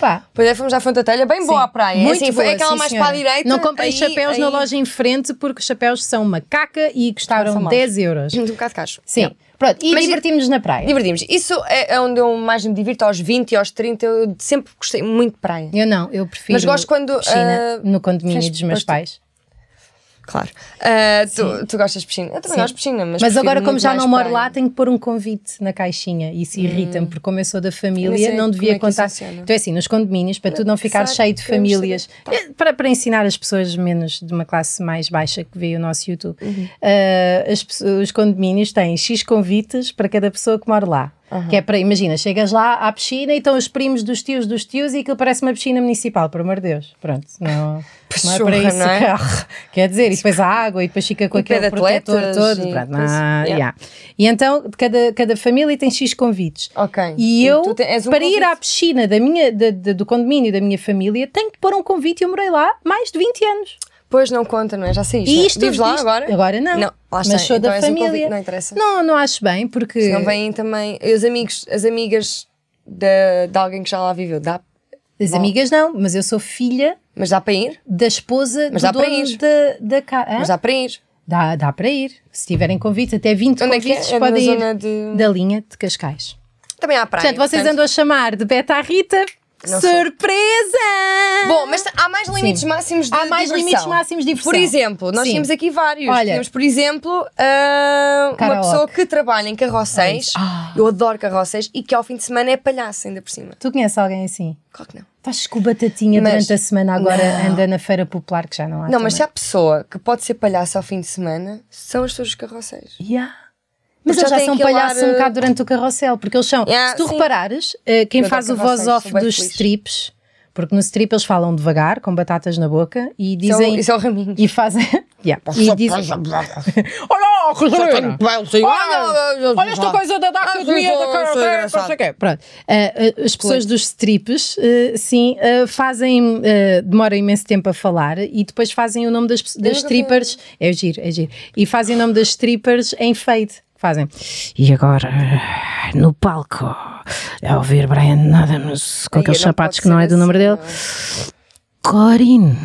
A: Pá,
B: Pois é, fomos à Fonte da Telha, bem boa a praia.
A: muito
B: assim, foi
A: boa,
B: aquela
A: sim,
B: mais
A: senhora.
B: para a direita.
A: Não comprei
B: aí-
A: chapéus na
B: aí-
A: loja em frente porque os chapéus são uma caca e
B: São
A: custaram
B: maus.
A: 10 euros.
B: <clears throat> Um bocado caro.
A: Sim, pronto. E
B: Mas-
A: divertimos-nos na praia.
B: Divertimos. Isso é é onde eu mais me divirto aos 20 e aos 30. Eu sempre gostei muito de praia.
A: Eu não, eu prefiro.
B: Mas gosto quando,
A: Piscina,
B: ah,
A: no condomínio
B: fez-
A: dos meus
B: foste-
A: pais.
B: Claro. Ah, tu, tu gostas de piscina? Eu também
A: Sim.
B: gosto de piscina, né? mas.
A: Mas,
B: prefiro
A: agora, como
B: muito
A: já
B: mais
A: não moro
B: praia. Hum.
A: lá, tenho que pôr um convite na caixinha. e Isso irrita-me, porque como eu sou da
B: nem
A: família,
B: sei
A: não
B: como
A: devia
B: é que isso
A: contar.
B: funciona.
A: Então, é assim, nos condomínios, para tu não ficar
B: sabe,
A: cheio de
B: queremos
A: famílias,
B: Tá.
A: eh, para, para ensinar as pessoas menos de uma classe mais baixa que vê o nosso YouTube,
B: Uhum.
A: eh, as pesso- os condomínios têm X convites para cada pessoa que mora lá. Que é para, imagina, chegas lá à piscina e estão os primos dos tios dos tios e aquilo parece uma piscina municipal, por amor de Deus. Pronto, não, não é para
B: Pachorra,
A: isso
B: não é?
A: que Arr, <laughs> Quer dizer, e depois a água e depois fica com
B: E
A: aquele
B: pé de
A: protetor
B: atletas
A: todo.
B: e
A: pronto,
B: coisa,
A: ah,
B: yeah.
A: yeah. E então cada, cada família tem X convites.
B: Ok.
A: E eu,
B: tu te- és um
A: para ir
B: convite.
A: à piscina da minha, da- da- do condomínio da minha família, tenho que pôr um convite e eu morei lá mais de 20 anos.
B: Pois não conta, não é? Já saíste.
A: E
B: não é?
A: isto-
B: Vives lá
A: isto-
B: agora?
A: agora não.
B: Não, lá está.
A: Mas sou
B: então
A: da
B: és um
A: família.
B: convite, não interessa.
A: Não, não acho bem, porque.
B: Não vêm também. e Os amigos, as amigas de, de alguém que já lá viveu, dá,
A: As amigas não, mas eu sou filha
B: mas dá para ir?
A: da esposa
B: Mas
A: do
B: dá para
A: dono
B: ir.
A: da, da casa.
B: Mas dá para ir.
A: Dá, dá para ir. Se tiverem convite, até 20
B: Onde é que é?
A: convites
B: É na
A: podem ir
B: zona de-
A: da linha de Cascais.
B: Também há praia.
A: Portanto, vocês andam a chamar de Beta à Rita.
B: Não sei.
A: Surpresa!
B: Bom, mas há mais limites máximos de
A: Há mais
B: diversão.
A: limites máximos de diversão.
B: Por exemplo, nós
A: Sim.
B: tínhamos aqui vários.
A: Olha.
B: tínhamos, por exemplo, ah, uma
A: Karaoke.
B: pessoa que trabalha em carrosséis.
A: Ah.
B: Eu adoro carrosséis e que ao fim de semana é palhaço, ainda por cima.
A: Tu conheces alguém assim?
B: Claro que não.
A: Estás com batatinha
B: Mas-
A: durante a semana, agora
B: Não.
A: anda na feira popular que já não há.
B: não, mas se
A: Ah, também.
B: há pessoa que pode ser palhaço ao fim de semana, são as pessoas dos carrosséis.
A: Yeah. Mas eles
B: Porque
A: já
B: já têm
A: são
B: aquele
A: palhaços
B: ar,
A: um
B: eh,
A: bocado durante o carrossel, porque eles são.
B: Yeah,
A: se tu
B: sim.
A: reparares, eh, quem
B: Eu
A: faz o
B: adoro
A: voz
B: carrosséis,
A: off
B: sou bem
A: dos
B: feliz.
A: strips, porque nos strip eles falam devagar, com batatas na boca, e
B: Isso é o-
A: dizem.
B: Isso é o Raminho.
A: E fazem. <laughs> Yeah. E dizem. <laughs> Olha, Rosalina!
B: Olha,
A: Olha esta coisa da
B: Ah, sim,
A: academia da
B: sim, sim,
A: Carolina, não sei
B: engraçado.
A: o quê. Pronto. Ah, ah, as pessoas dos strips, ah, sim, ah, fazem, ah, demoram imenso tempo a falar e depois fazem o nome das, pe- das
B: nunca vi.
A: strippers, é giro, é giro, e fazem o nome das strippers em fade. Fazem.
C: E agora, no palco, a ouvir Brian Adams com
B: Ai,
C: aqueles
B: não pode
C: sapatos que não é
B: ser
C: do número
B: assim,
C: dele.
A: é?
C: Corinne.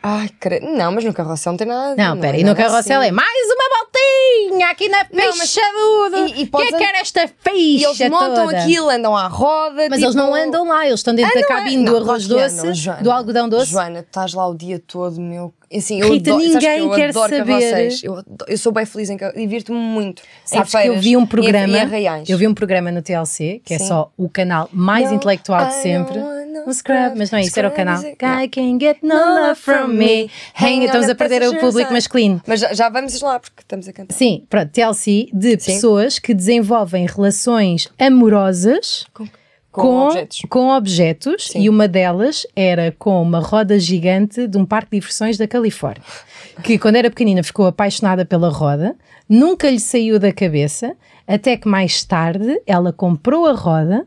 B: Ai, credo. Não, mas no carrossel não tem nada.
A: Não,
B: é
A: pera, e
B: nada
A: no carrossel
B: assim.
A: é mais uma voltinha aqui na
B: Não, mas-
A: picha dudo.
B: E- e
A: Quem é
B: podes
A: que
B: an-
A: era esta
B: E
A: ficha
B: eles montam
A: toda?
B: aquilo, andam à roda.
A: Mas eles não
B: tipo-
A: andam lá, eles estão dentro da
B: Não é?
A: cabine do
B: Não,
A: arroz
B: claro que
A: doce,
B: andam, Joana.
A: do algodão doce.
B: Joana, tu estás lá o dia todo, meu. Assim, eu
A: Rita,
B: adoro, sabes que
A: ninguém
B: eu
A: quer
B: adoro
A: saber.
B: carrosséis. Eu, adoro- eu sou bem feliz em que divirto-me muito.
A: Sabes
B: em
A: que eu
B: feiras,
A: vi um
B: em-
A: programa,
B: Em arraiais.
A: eu vi um programa no TLC, que é
B: Sim.
A: só o canal mais
B: No,
A: intelectual de
B: I
A: sempre.
B: don't wanna
A: Um scrub, mas não é isso, era o
B: scrub,
A: canal.
B: is it?
A: I can get no love um from me. Hang, estamos a perder o público masculino.
B: Mas já, já vamos lá, porque estamos a cantar.
A: Sim, pronto, TLC de pessoas que desenvolvem relações amorosas
B: Com, com,
A: com, com objetos.
B: objetos.
A: e uma delas era com uma roda gigante de um parque de diversões da Califórnia. Que quando era pequenina ficou apaixonada pela roda, nunca lhe saiu da cabeça, até que mais tarde ela comprou a roda,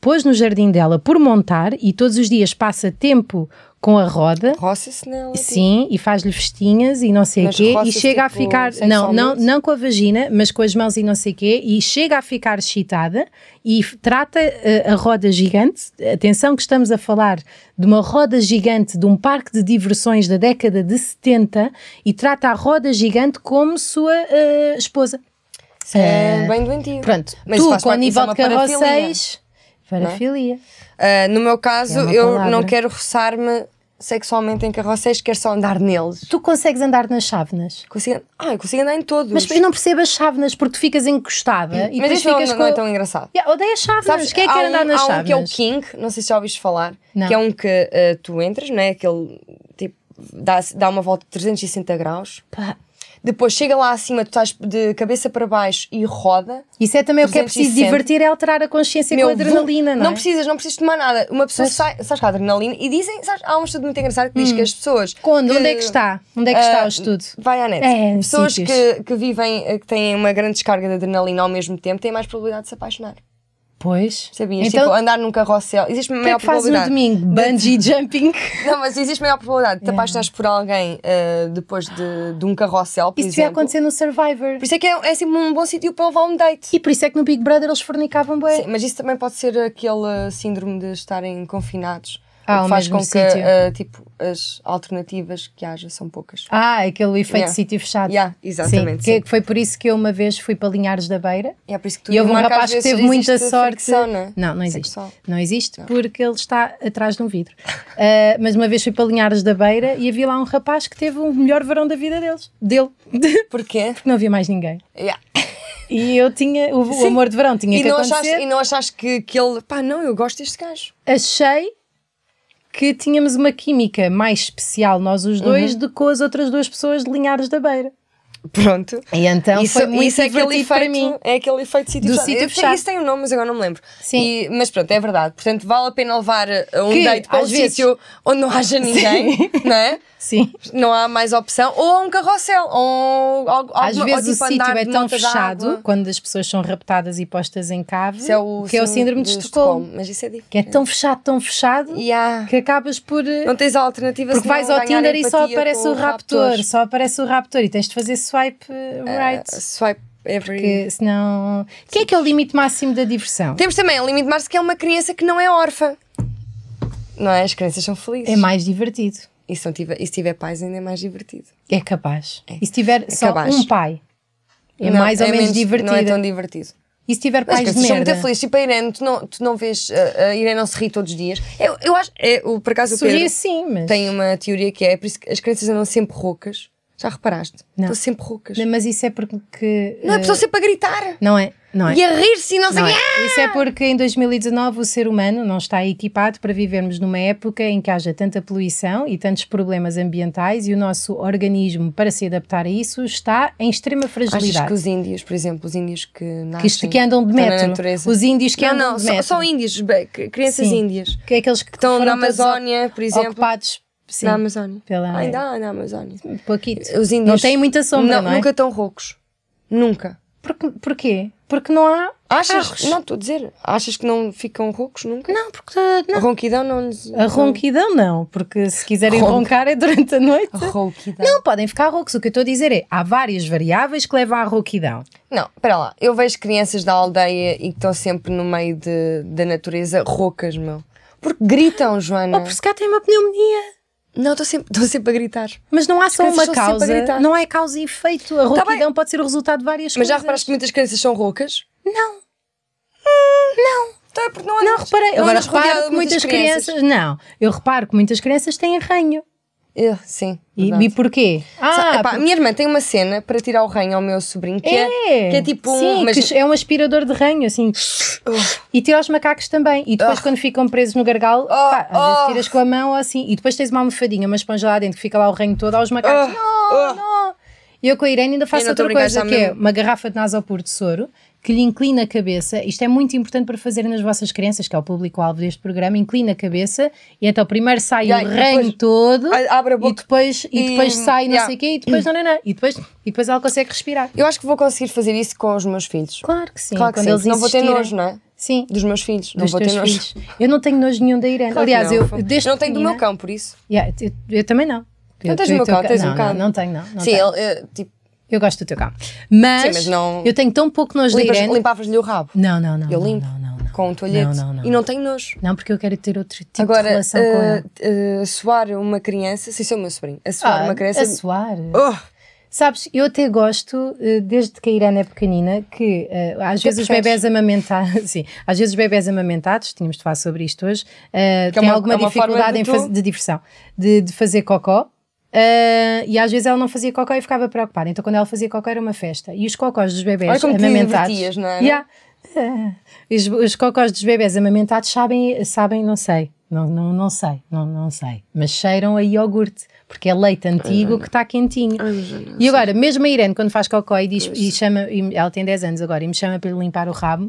A: pôs no jardim dela por montar e todos os dias passa tempo com a roda.
B: Roça-se nela. tipo,
A: Sim, e faz-lhe festinhas e não sei o
B: Mas
A: quê, e
B: roças,
A: chega a
B: tipo,
A: ficar, não,
B: sexualmente?
A: não, não com a vagina, mas com as mãos e não sei o quê, e chega a ficar excitada e f- trata eh, a roda gigante. Atenção que estamos a falar de uma roda gigante de um parque de diversões da década de 70 e trata a roda gigante como sua eh, esposa.
B: Isso é bem doentio.
A: Pronto,
B: Mas
A: tu
B: faz
A: com o
B: parte- isso
A: nível
B: é
A: de
B: uma parafilia. é?
A: carroceis, parafilia.
B: Ah, no meu caso,
A: É uma
B: eu
A: palavra.
B: não quero roçar-me sexualmente em carroceiros, quero só andar neles.
A: Tu consegues andar nas chávenas?
B: Consigo, ah, eu consigo andar em todos.
A: Mas eu não percebo as chávenas porque tu ficas encostada e
B: Mas
A: depois
B: isso não,
A: ficas
B: não
A: com...
B: é tão engraçado.
A: Yeah, odeia chávenas. Quem é que
B: há
A: quer
B: um-
A: andar nas
B: há um
A: chávenas?
B: que é o King, não sei se já ouviste falar,
A: Não.
B: que é um que ah, tu entras, né? Aquele tipo, dá, dá uma volta de 360 graus.
A: Pá,
B: Depois chega lá acima, tu estás de cabeça para baixo e roda.
A: Isso é também o que é preciso
B: 360.
A: divertir, é alterar a consciência
B: Meu,
A: com a adrenalina,
B: vou-
A: não, é?
B: precisas, não precisas tomar nada. Uma pessoa sai, sabes que há adrenalina e dizem, sabes, há um estudo muito engraçado que diz que as pessoas.
A: Hum. Quando?
B: que-
A: Onde é que está? Onde é que está
B: Ah,
A: o estudo?
B: Vai à net.
A: É, em
B: pessoas
A: sítios.
B: que, que vivem, eh, que têm uma grande descarga de adrenalina ao mesmo tempo têm mais probabilidade de se apaixonar.
A: Pois.
B: Sabias?
A: Então,
B: tipo, andar num carrossel. Existe
A: o que é
B: maior
A: que fazes no
B: probabilidade.
A: domingo? <laughs> É. Bungee jumping?
B: Não, mas existe maior probabilidade de te apaixonares por alguém eh, depois de, de um carrossel, por
A: Isso devia
B: exemplo.
A: acontecer no Survivor.
B: Por isso é que é, é
A: assim
B: sempre um bom sítio para levar um date.
A: E por isso é que no Big Brother eles fornicavam bem.
B: Sim, mas isso também pode ser aquele síndrome de estarem confinados.
A: Ah,
B: o que
A: ao
B: faz
A: mesmo
B: com que
A: sítio.
B: ah, tipo, as alternativas que haja são poucas.
A: Ah, aquele efeito
B: Yeah.
A: de sítio fechado.
B: Yeah, exatamente,
A: Sim, que-
B: sim.
A: Que foi por isso que eu uma vez fui para Linhares da Beira
B: E é por isso que tu
A: e houve um
B: Marco, às
A: rapaz que
B: vezes
A: teve muita
B: existe
A: sorte.
B: fricção, não é?
A: não, não existe.
B: Sexual.
A: Não existe
B: Ah.
A: porque ele está atrás de um vidro. Ah, mas uma vez fui para Linhares da Beira e havia lá um rapaz que teve o melhor verão da vida deles, dele, <laughs> porque
B: Porquê?
A: não havia mais ninguém.
B: Yeah.
A: E eu tinha, o, o
B: Sim.
A: amor de verão tinha
B: E
A: que
B: não,
A: acontecer.
B: achaste, e não achaste que, que ele. Pá, não, eu gosto deste gajo.
A: Achei que tínhamos uma química mais especial nós os dois do que com as outras duas pessoas de Linhares da Beira.
B: Pronto.
A: E então foi muito
B: é aquele
A: divertido
B: efeito,
A: para mim.
B: É aquele efeito sítio
A: Do
B: fechado.
A: sítio
B: Eu sei-
A: fechado.
B: Isso tem um nome, mas agora não me lembro.
A: Sim.
B: E- mas pronto, é verdade. Portanto, vale a pena levar uh, um
A: Que,
B: date para um
A: às vezes-
B: sítio onde não haja ninguém, <laughs> não é?
A: Sim.
B: Não há mais opção. Ou a um carrossel, ou algo,
A: Às
B: alguma,
A: vezes
B: ou,
A: o
B: tipo, andar
A: sítio é
B: de
A: tão
B: moto de água.
A: fechado quando as pessoas são raptadas e postas em cave
B: Isso é o
A: que é o síndrome de, Estocolmo.
B: Mas isso é
A: Que é
B: diferente.
A: tão fechado, tão fechado
B: Yeah.
A: que acabas por. eh,
B: Não tens a alternativa
A: Porque
B: senão
A: vais ao
B: ganhar
A: Tinder e só
B: empatia
A: aparece
B: com
A: o raptor, só aparece o raptor e tens de fazer swipe eh, right.
B: Uh, Swipe every...
A: que senão. Que é que é o limite máximo da diversão?
B: Temos também o limite Mars, que é uma criança que não é órfã. Não é? As crianças são felizes.
A: É mais divertido.
B: E se, não tiver, e se tiver pais, ainda é mais divertido.
A: É capaz. E se tiver só
B: capaz.
A: um pai? É
B: Não,
A: mais ou menos,
B: Não é
A: divertido.
B: tão divertido.
A: E se tiver
B: Mas as
A: pais de
B: crianças são
A: merda?
B: muito felizes. Tipo a Irene, tu não, tu não vês. eh, A, a Irene não se ri todos os dias. Eu, eu acho. É, o, por acaso, o
A: Sorrir
B: Pedro
A: sim, mas.
B: tem uma teoria que é: é por isso que as crianças andam sempre roucas. Já reparaste?
A: Não.
B: Estão sempre roucas.
A: Não, Mas isso é porque.
B: Não, é
A: eh,
B: pessoa sempre a gritar
A: Não é? Não é?
B: e a rir-se e não sei
A: Não
B: o quê.
A: é? Isso é porque em 2019 o ser humano não está equipado para vivermos numa época em que haja tanta poluição e tantos problemas ambientais e o nosso organismo, para se adaptar a isso, está em extrema
B: Achas que
A: fragilidade.
B: os índios, por exemplo, os índios que
A: é Que,
B: nascem.
A: isto- que andam de
B: estão Ah, na
A: metro.
B: natureza?
A: Os índios que
B: não,
A: andam
B: não,
A: de
B: só,
A: metro.
B: só índios, bem, cri- crianças
A: Sim.
B: índias.
A: Que é aqueles que
B: Que estão na
A: foram todos
B: Amazónia, por
A: oc-
B: exemplo.
A: ocupados sim,
B: Na Amazónia.
A: pela
B: Ainda há na Amazónia.
A: Paquito.
B: Os índios.
A: Não têm muita sombra, não, é?
B: Nunca tão roucos. Nunca.
A: Porque, porquê? Porque não há.
B: Achas?
A: Carros.
B: Não, estou a dizer. Achas que não ficam roucos nunca?
A: Não, porque. Não.
B: A ronquidão tá- não lhes.
A: A ronquidão não, porque se quiserem
B: Ronca.
A: roncar é durante a noite.
B: A ronquidão.
A: Não podem ficar roucos. O que eu estou a dizer é há várias variáveis que levam à rouquidão.
B: Não, espera lá. Eu vejo crianças da aldeia e que estão sempre no meio de, da natureza roucas, meu. Porque gritam, Joana.
A: Ou Oh, por se cá tem uma pneumonia.
B: Não, estou sempre, estou sempre a gritar.
A: Mas não há só
B: crianças
A: uma
B: estão sempre a
A: causa.
B: gritar.
A: Não é causa e efeito. A rouquidão pode ser o resultado de várias
B: Mas já
A: coisas.
B: reparaste que muitas crianças são roucas?
A: Não.
B: Então é porque não há
A: Não reparei. Agora
B: Agora
A: reparo que muitas crianças... Não, eu reparo que muitas crianças têm arranho.
B: Eu, É, sim.
A: E,
B: verdade.
A: e porquê?
B: Sabe,
A: Ah,
B: epá, a minha irmã tem uma cena para tirar o ranho ao meu sobrinho que é,
A: É.
B: que é tipo um.
A: Sim,
B: mas-
A: que é um aspirador de ranho,
B: <sniffs>
A: assim. E tira os macacos também. E
B: Ah.
A: depois, quando ficam presos no gargalo, pá, às vezes
B: oh.
A: tiras com a mão ou assim. E depois tens uma almofadinha, uma esponja lá dentro que fica lá o ranho todo aos macacos. não, não. E eu com a Irene ainda faço
B: Ah, não estou
A: outra
B: a
A: coisa,
B: brincar, já
A: que é
B: mesmo.
A: uma garrafa de nasopor de soro que lhe inclina a cabeça. Isto é muito importante para fazerem nas vossas crianças, que é o público-alvo deste programa. Inclina a cabeça e então primeiro sai
B: Yeah,
A: o
B: e
A: ranho
B: depois
A: todo
B: a- abre a
A: e
B: boca.
A: depois, e
B: E-
A: depois sai não
B: yeah.
A: sei o quê e depois não, não, não. E depois, e depois ela consegue respirar.
B: Eu acho que vou conseguir fazer isso com os meus filhos.
A: Claro que sim.
B: claro que
A: quando
B: sim,
A: eles
B: senão vou ter
A: insistirem.
B: nojo, não é?
A: Sim.
B: dos meus filhos. não
A: dos
B: vou
A: teus
B: ter nojo.
A: filhos. Eu não tenho nojo nenhum da Irene.
B: <laughs> Claro que
A: Aliás,
B: não.
A: eu desde
B: não tenho do
A: pequenina-
B: meu cão, por isso.
A: Yeah, eu, eu também não.
B: Não
A: Eu-
B: tens
A: eu-
B: o meu
A: teu
B: cão, tens
A: não,
B: um cão.
A: Não, não tenho, não. não
B: Sim,
A: tenho.
B: ele, eh, tipo,
A: Eu gosto do teu cão. Mas,
B: Sim, mas não-
A: eu tenho tão pouco nojo da
B: limpas-
A: Irene.
B: limpavas-lhe o rabo
A: Não, não, não.
B: Eu
A: não,
B: limpo.
A: Não, não, não.
B: com o
A: Não,
B: toalhete
A: não, não.
B: e não tenho nojo.
A: Não, porque eu quero ter outro tipo de
B: Agora,
A: relação com
B: eh,
A: ela.
B: eh, suar uma criança, se isso é o meu sobrinho, a suar uma criança.
A: Ah, a suar.
B: Oh,
A: Sabes, eu até gosto, eh, desde que a Irene é pequenina, que eh, às
B: Que
A: vezes os
B: preferes?
A: bebés amamentados, <laughs> sim, às vezes os bebés amamentados, tínhamos de falar sobre isto hoje, eh,
B: Que é
A: têm
B: uma-
A: alguma
B: é uma forma
A: dificuldade
B: de
A: em
B: tu-
A: faz- de diversão, de, de fazer cocó. eh, e às vezes ela não fazia cocó e ficava preocupada. Então, quando ela fazia cocó, era uma festa. E os cocós dos bebés
B: Olha como te
A: amamentados.
B: divertias, não é?
A: Yeah. Eh, Os, os cocós dos bebés amamentados sabem, sabem não sei, não, não, não sei, não, não sei, mas cheiram a iogurte, porque é leite antigo que está quentinho. E agora, mesmo a Irene, quando faz cocó e, diz, e chama, e ela tem 10 anos agora, e me chama para lhe limpar o rabo,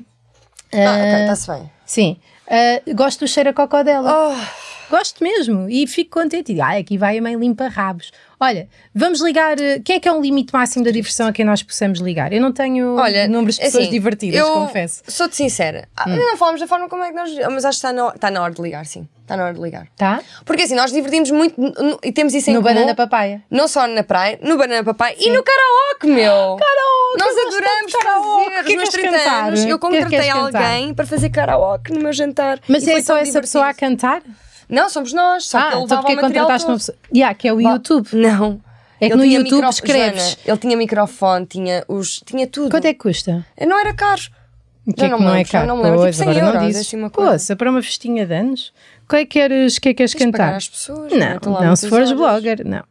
B: Ah, ok,
A: Eh,
B: está-se bem.
A: sim, ah, gosto do cheiro a cocó dela.
B: Oh,
A: Gosto mesmo e fico contente. E digo, "Ai, aqui vai a mãe limpa rabos. Olha, vamos ligar. eh, Quem é que é um limite máximo da diversão a quem nós possamos ligar? Eu não tenho
B: olha,
A: números de
B: assim,
A: pessoas divertidas,
B: eu
A: confesso. Hum.
B: Sou-te sincera. Ah, Não falamos da forma como é que nós. Mas acho que está na, hora- está na hora de ligar, sim. Está na hora de ligar.
A: Tá?
B: Porque assim, nós divertimos muito n- n- e temos isso em
A: no
B: comum.
A: banana papaya.
B: Não só na praia, no Banana Papai e no karaoke,
A: <gasps>
B: meu! Karaoke! Nós adoramos
A: tanto karaoke.
B: fazer.
A: O que é
B: Os meus
A: que queres
B: 30
A: cantar?
B: anos, eu
A: O que é que
B: contratei
A: queres cantar?
B: alguém para fazer karaoke no meu jantar.
A: Mas
B: E
A: é
B: foi
A: só
B: tão
A: essa pessoa a
B: divertido.
A: cantar?
B: Não, somos nós, só que
A: ah,
B: ele
A: então
B: levava
A: porque
B: o
A: é que
B: material
A: contrataste uma
B: todo.
A: pessoa? Yeah, que é o YouTube.
B: Não.
A: É que
B: Ele
A: no
B: tinha
A: YouTube escreves.
B: Joana, ele tinha microfone, tinha, os, tinha tudo.
A: Quanto é que custa?
B: Não era caro.
A: O que
B: Já
A: é
B: não
A: que
B: me
A: não é
B: lembro, já
A: caro?
B: não me lembro.
A: Pois,
B: Tipo 100
A: agora não
B: euros,
A: dizes.
B: assim, uma coisa.
A: Poça, para uma festinha de anos? Qual é que queres, que é que queres
B: Tens de pagar
A: cantar?
B: às pessoas.
A: Não,
B: estão lá
A: não se
B: muitas
A: fores
B: horas.
A: blogger, não.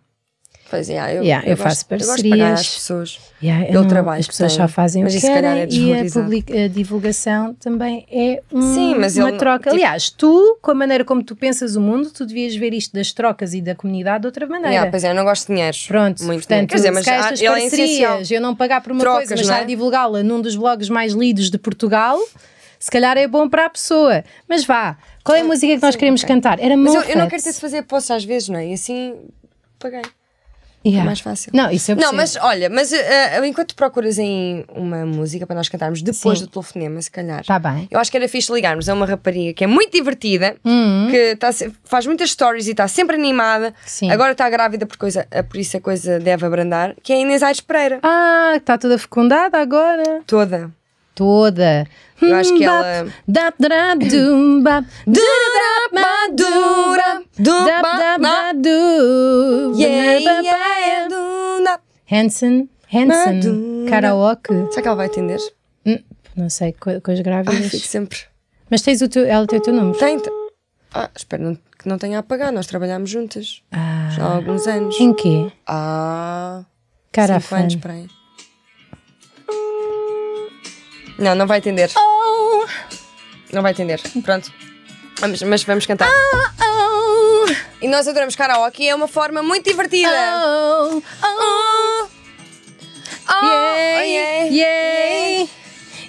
B: Pois é, eu,
A: Yeah, eu
B: gosto-
A: faço
B: Eu gosto de pagar
A: parcerias.
B: às pessoas.
A: Yeah, eu
B: Pelo
A: não-
B: trabalho
A: As
B: que
A: pessoas
B: tenho.
A: só fazem o
B: Mas
A: que
B: isso se calhar é
A: querem e a,
B: desvalorizado.
A: public- a divulgação também é um-
B: Sim, mas
A: uma
B: ele não-
A: troca.
B: tipo-
A: Aliás, tu, com a maneira como tu pensas o mundo, tu devias ver isto das trocas e da comunidade de outra maneira.
B: Yeah, pois é, eu não gosto de dinheiro.
A: Pronto,
B: Muito dinheiro.
A: portanto,
B: Quer dizer, mas
A: se calhar
B: há-
A: estas
B: ele é essencial.
A: parcerias, eu não pagar por uma
B: Trocas,
A: coisa, mas
B: não é?
A: estar a divulgá-la num dos blogs mais lidos de Portugal, se calhar é bom para a pessoa. Mas vá, qual é a música que nós queremos cantar? Era
B: Ah, Mas eu,
A: Muffet.
B: eu não quero ter de fazer posts às vezes, não é? E assim paguei.
A: Yeah.
B: É mais fácil.
A: Não, isso eu
B: Não,
A: percebo.
B: mas olha, mas eh, eh, enquanto procuras em uma música para nós cantarmos depois
A: Sim.
B: do telefonema, se calhar.
A: Tá bem.
B: Eu acho que era fixe ligarmos a uma rapariga que é muito divertida,
A: Uhum.
B: que tá se- faz muitas stories e está sempre animada.
A: Sim.
B: Agora está grávida por, coisa, eh, por isso a coisa deve abrandar, que é a Inês Aires Pereira.
A: Ah, está toda fecundada agora.
B: Toda.
A: Toda. Hum,
B: Eu acho que
A: Bap,
B: ela-
A: dap, dra, dum,
B: <coughs>
A: bap,
B: Madura,
A: dap,
B: dura,
A: dap, da, du.
B: yeah,
A: Ba, ba,
B: yeah, duna.
A: Hanson, Hanson,
B: Madura.
A: karaoke.
B: Será que ela vai atender?
A: Hum, Não sei, co- coisas
B: Ai,
A: grávidas.
B: fico sempre.
A: Mas tens o teu, ela tem o teu número.
B: Tem. tem- Ah, espero não- que não tenha a pagar. Nós trabalhámos juntas
A: Ah.
B: já há alguns anos.
A: Em quê?
B: Ah,
A: Cara
B: cinco
A: fã.
B: anos para aí. Não, não vai atender.
A: Oh,
B: Não vai atender. Pronto. Vamos, mas vamos cantar.
A: Oh,
B: E nós adoramos karaoke. É uma forma muito divertida.
A: oh,
B: Oh, oh, yeah.
A: yay, yay.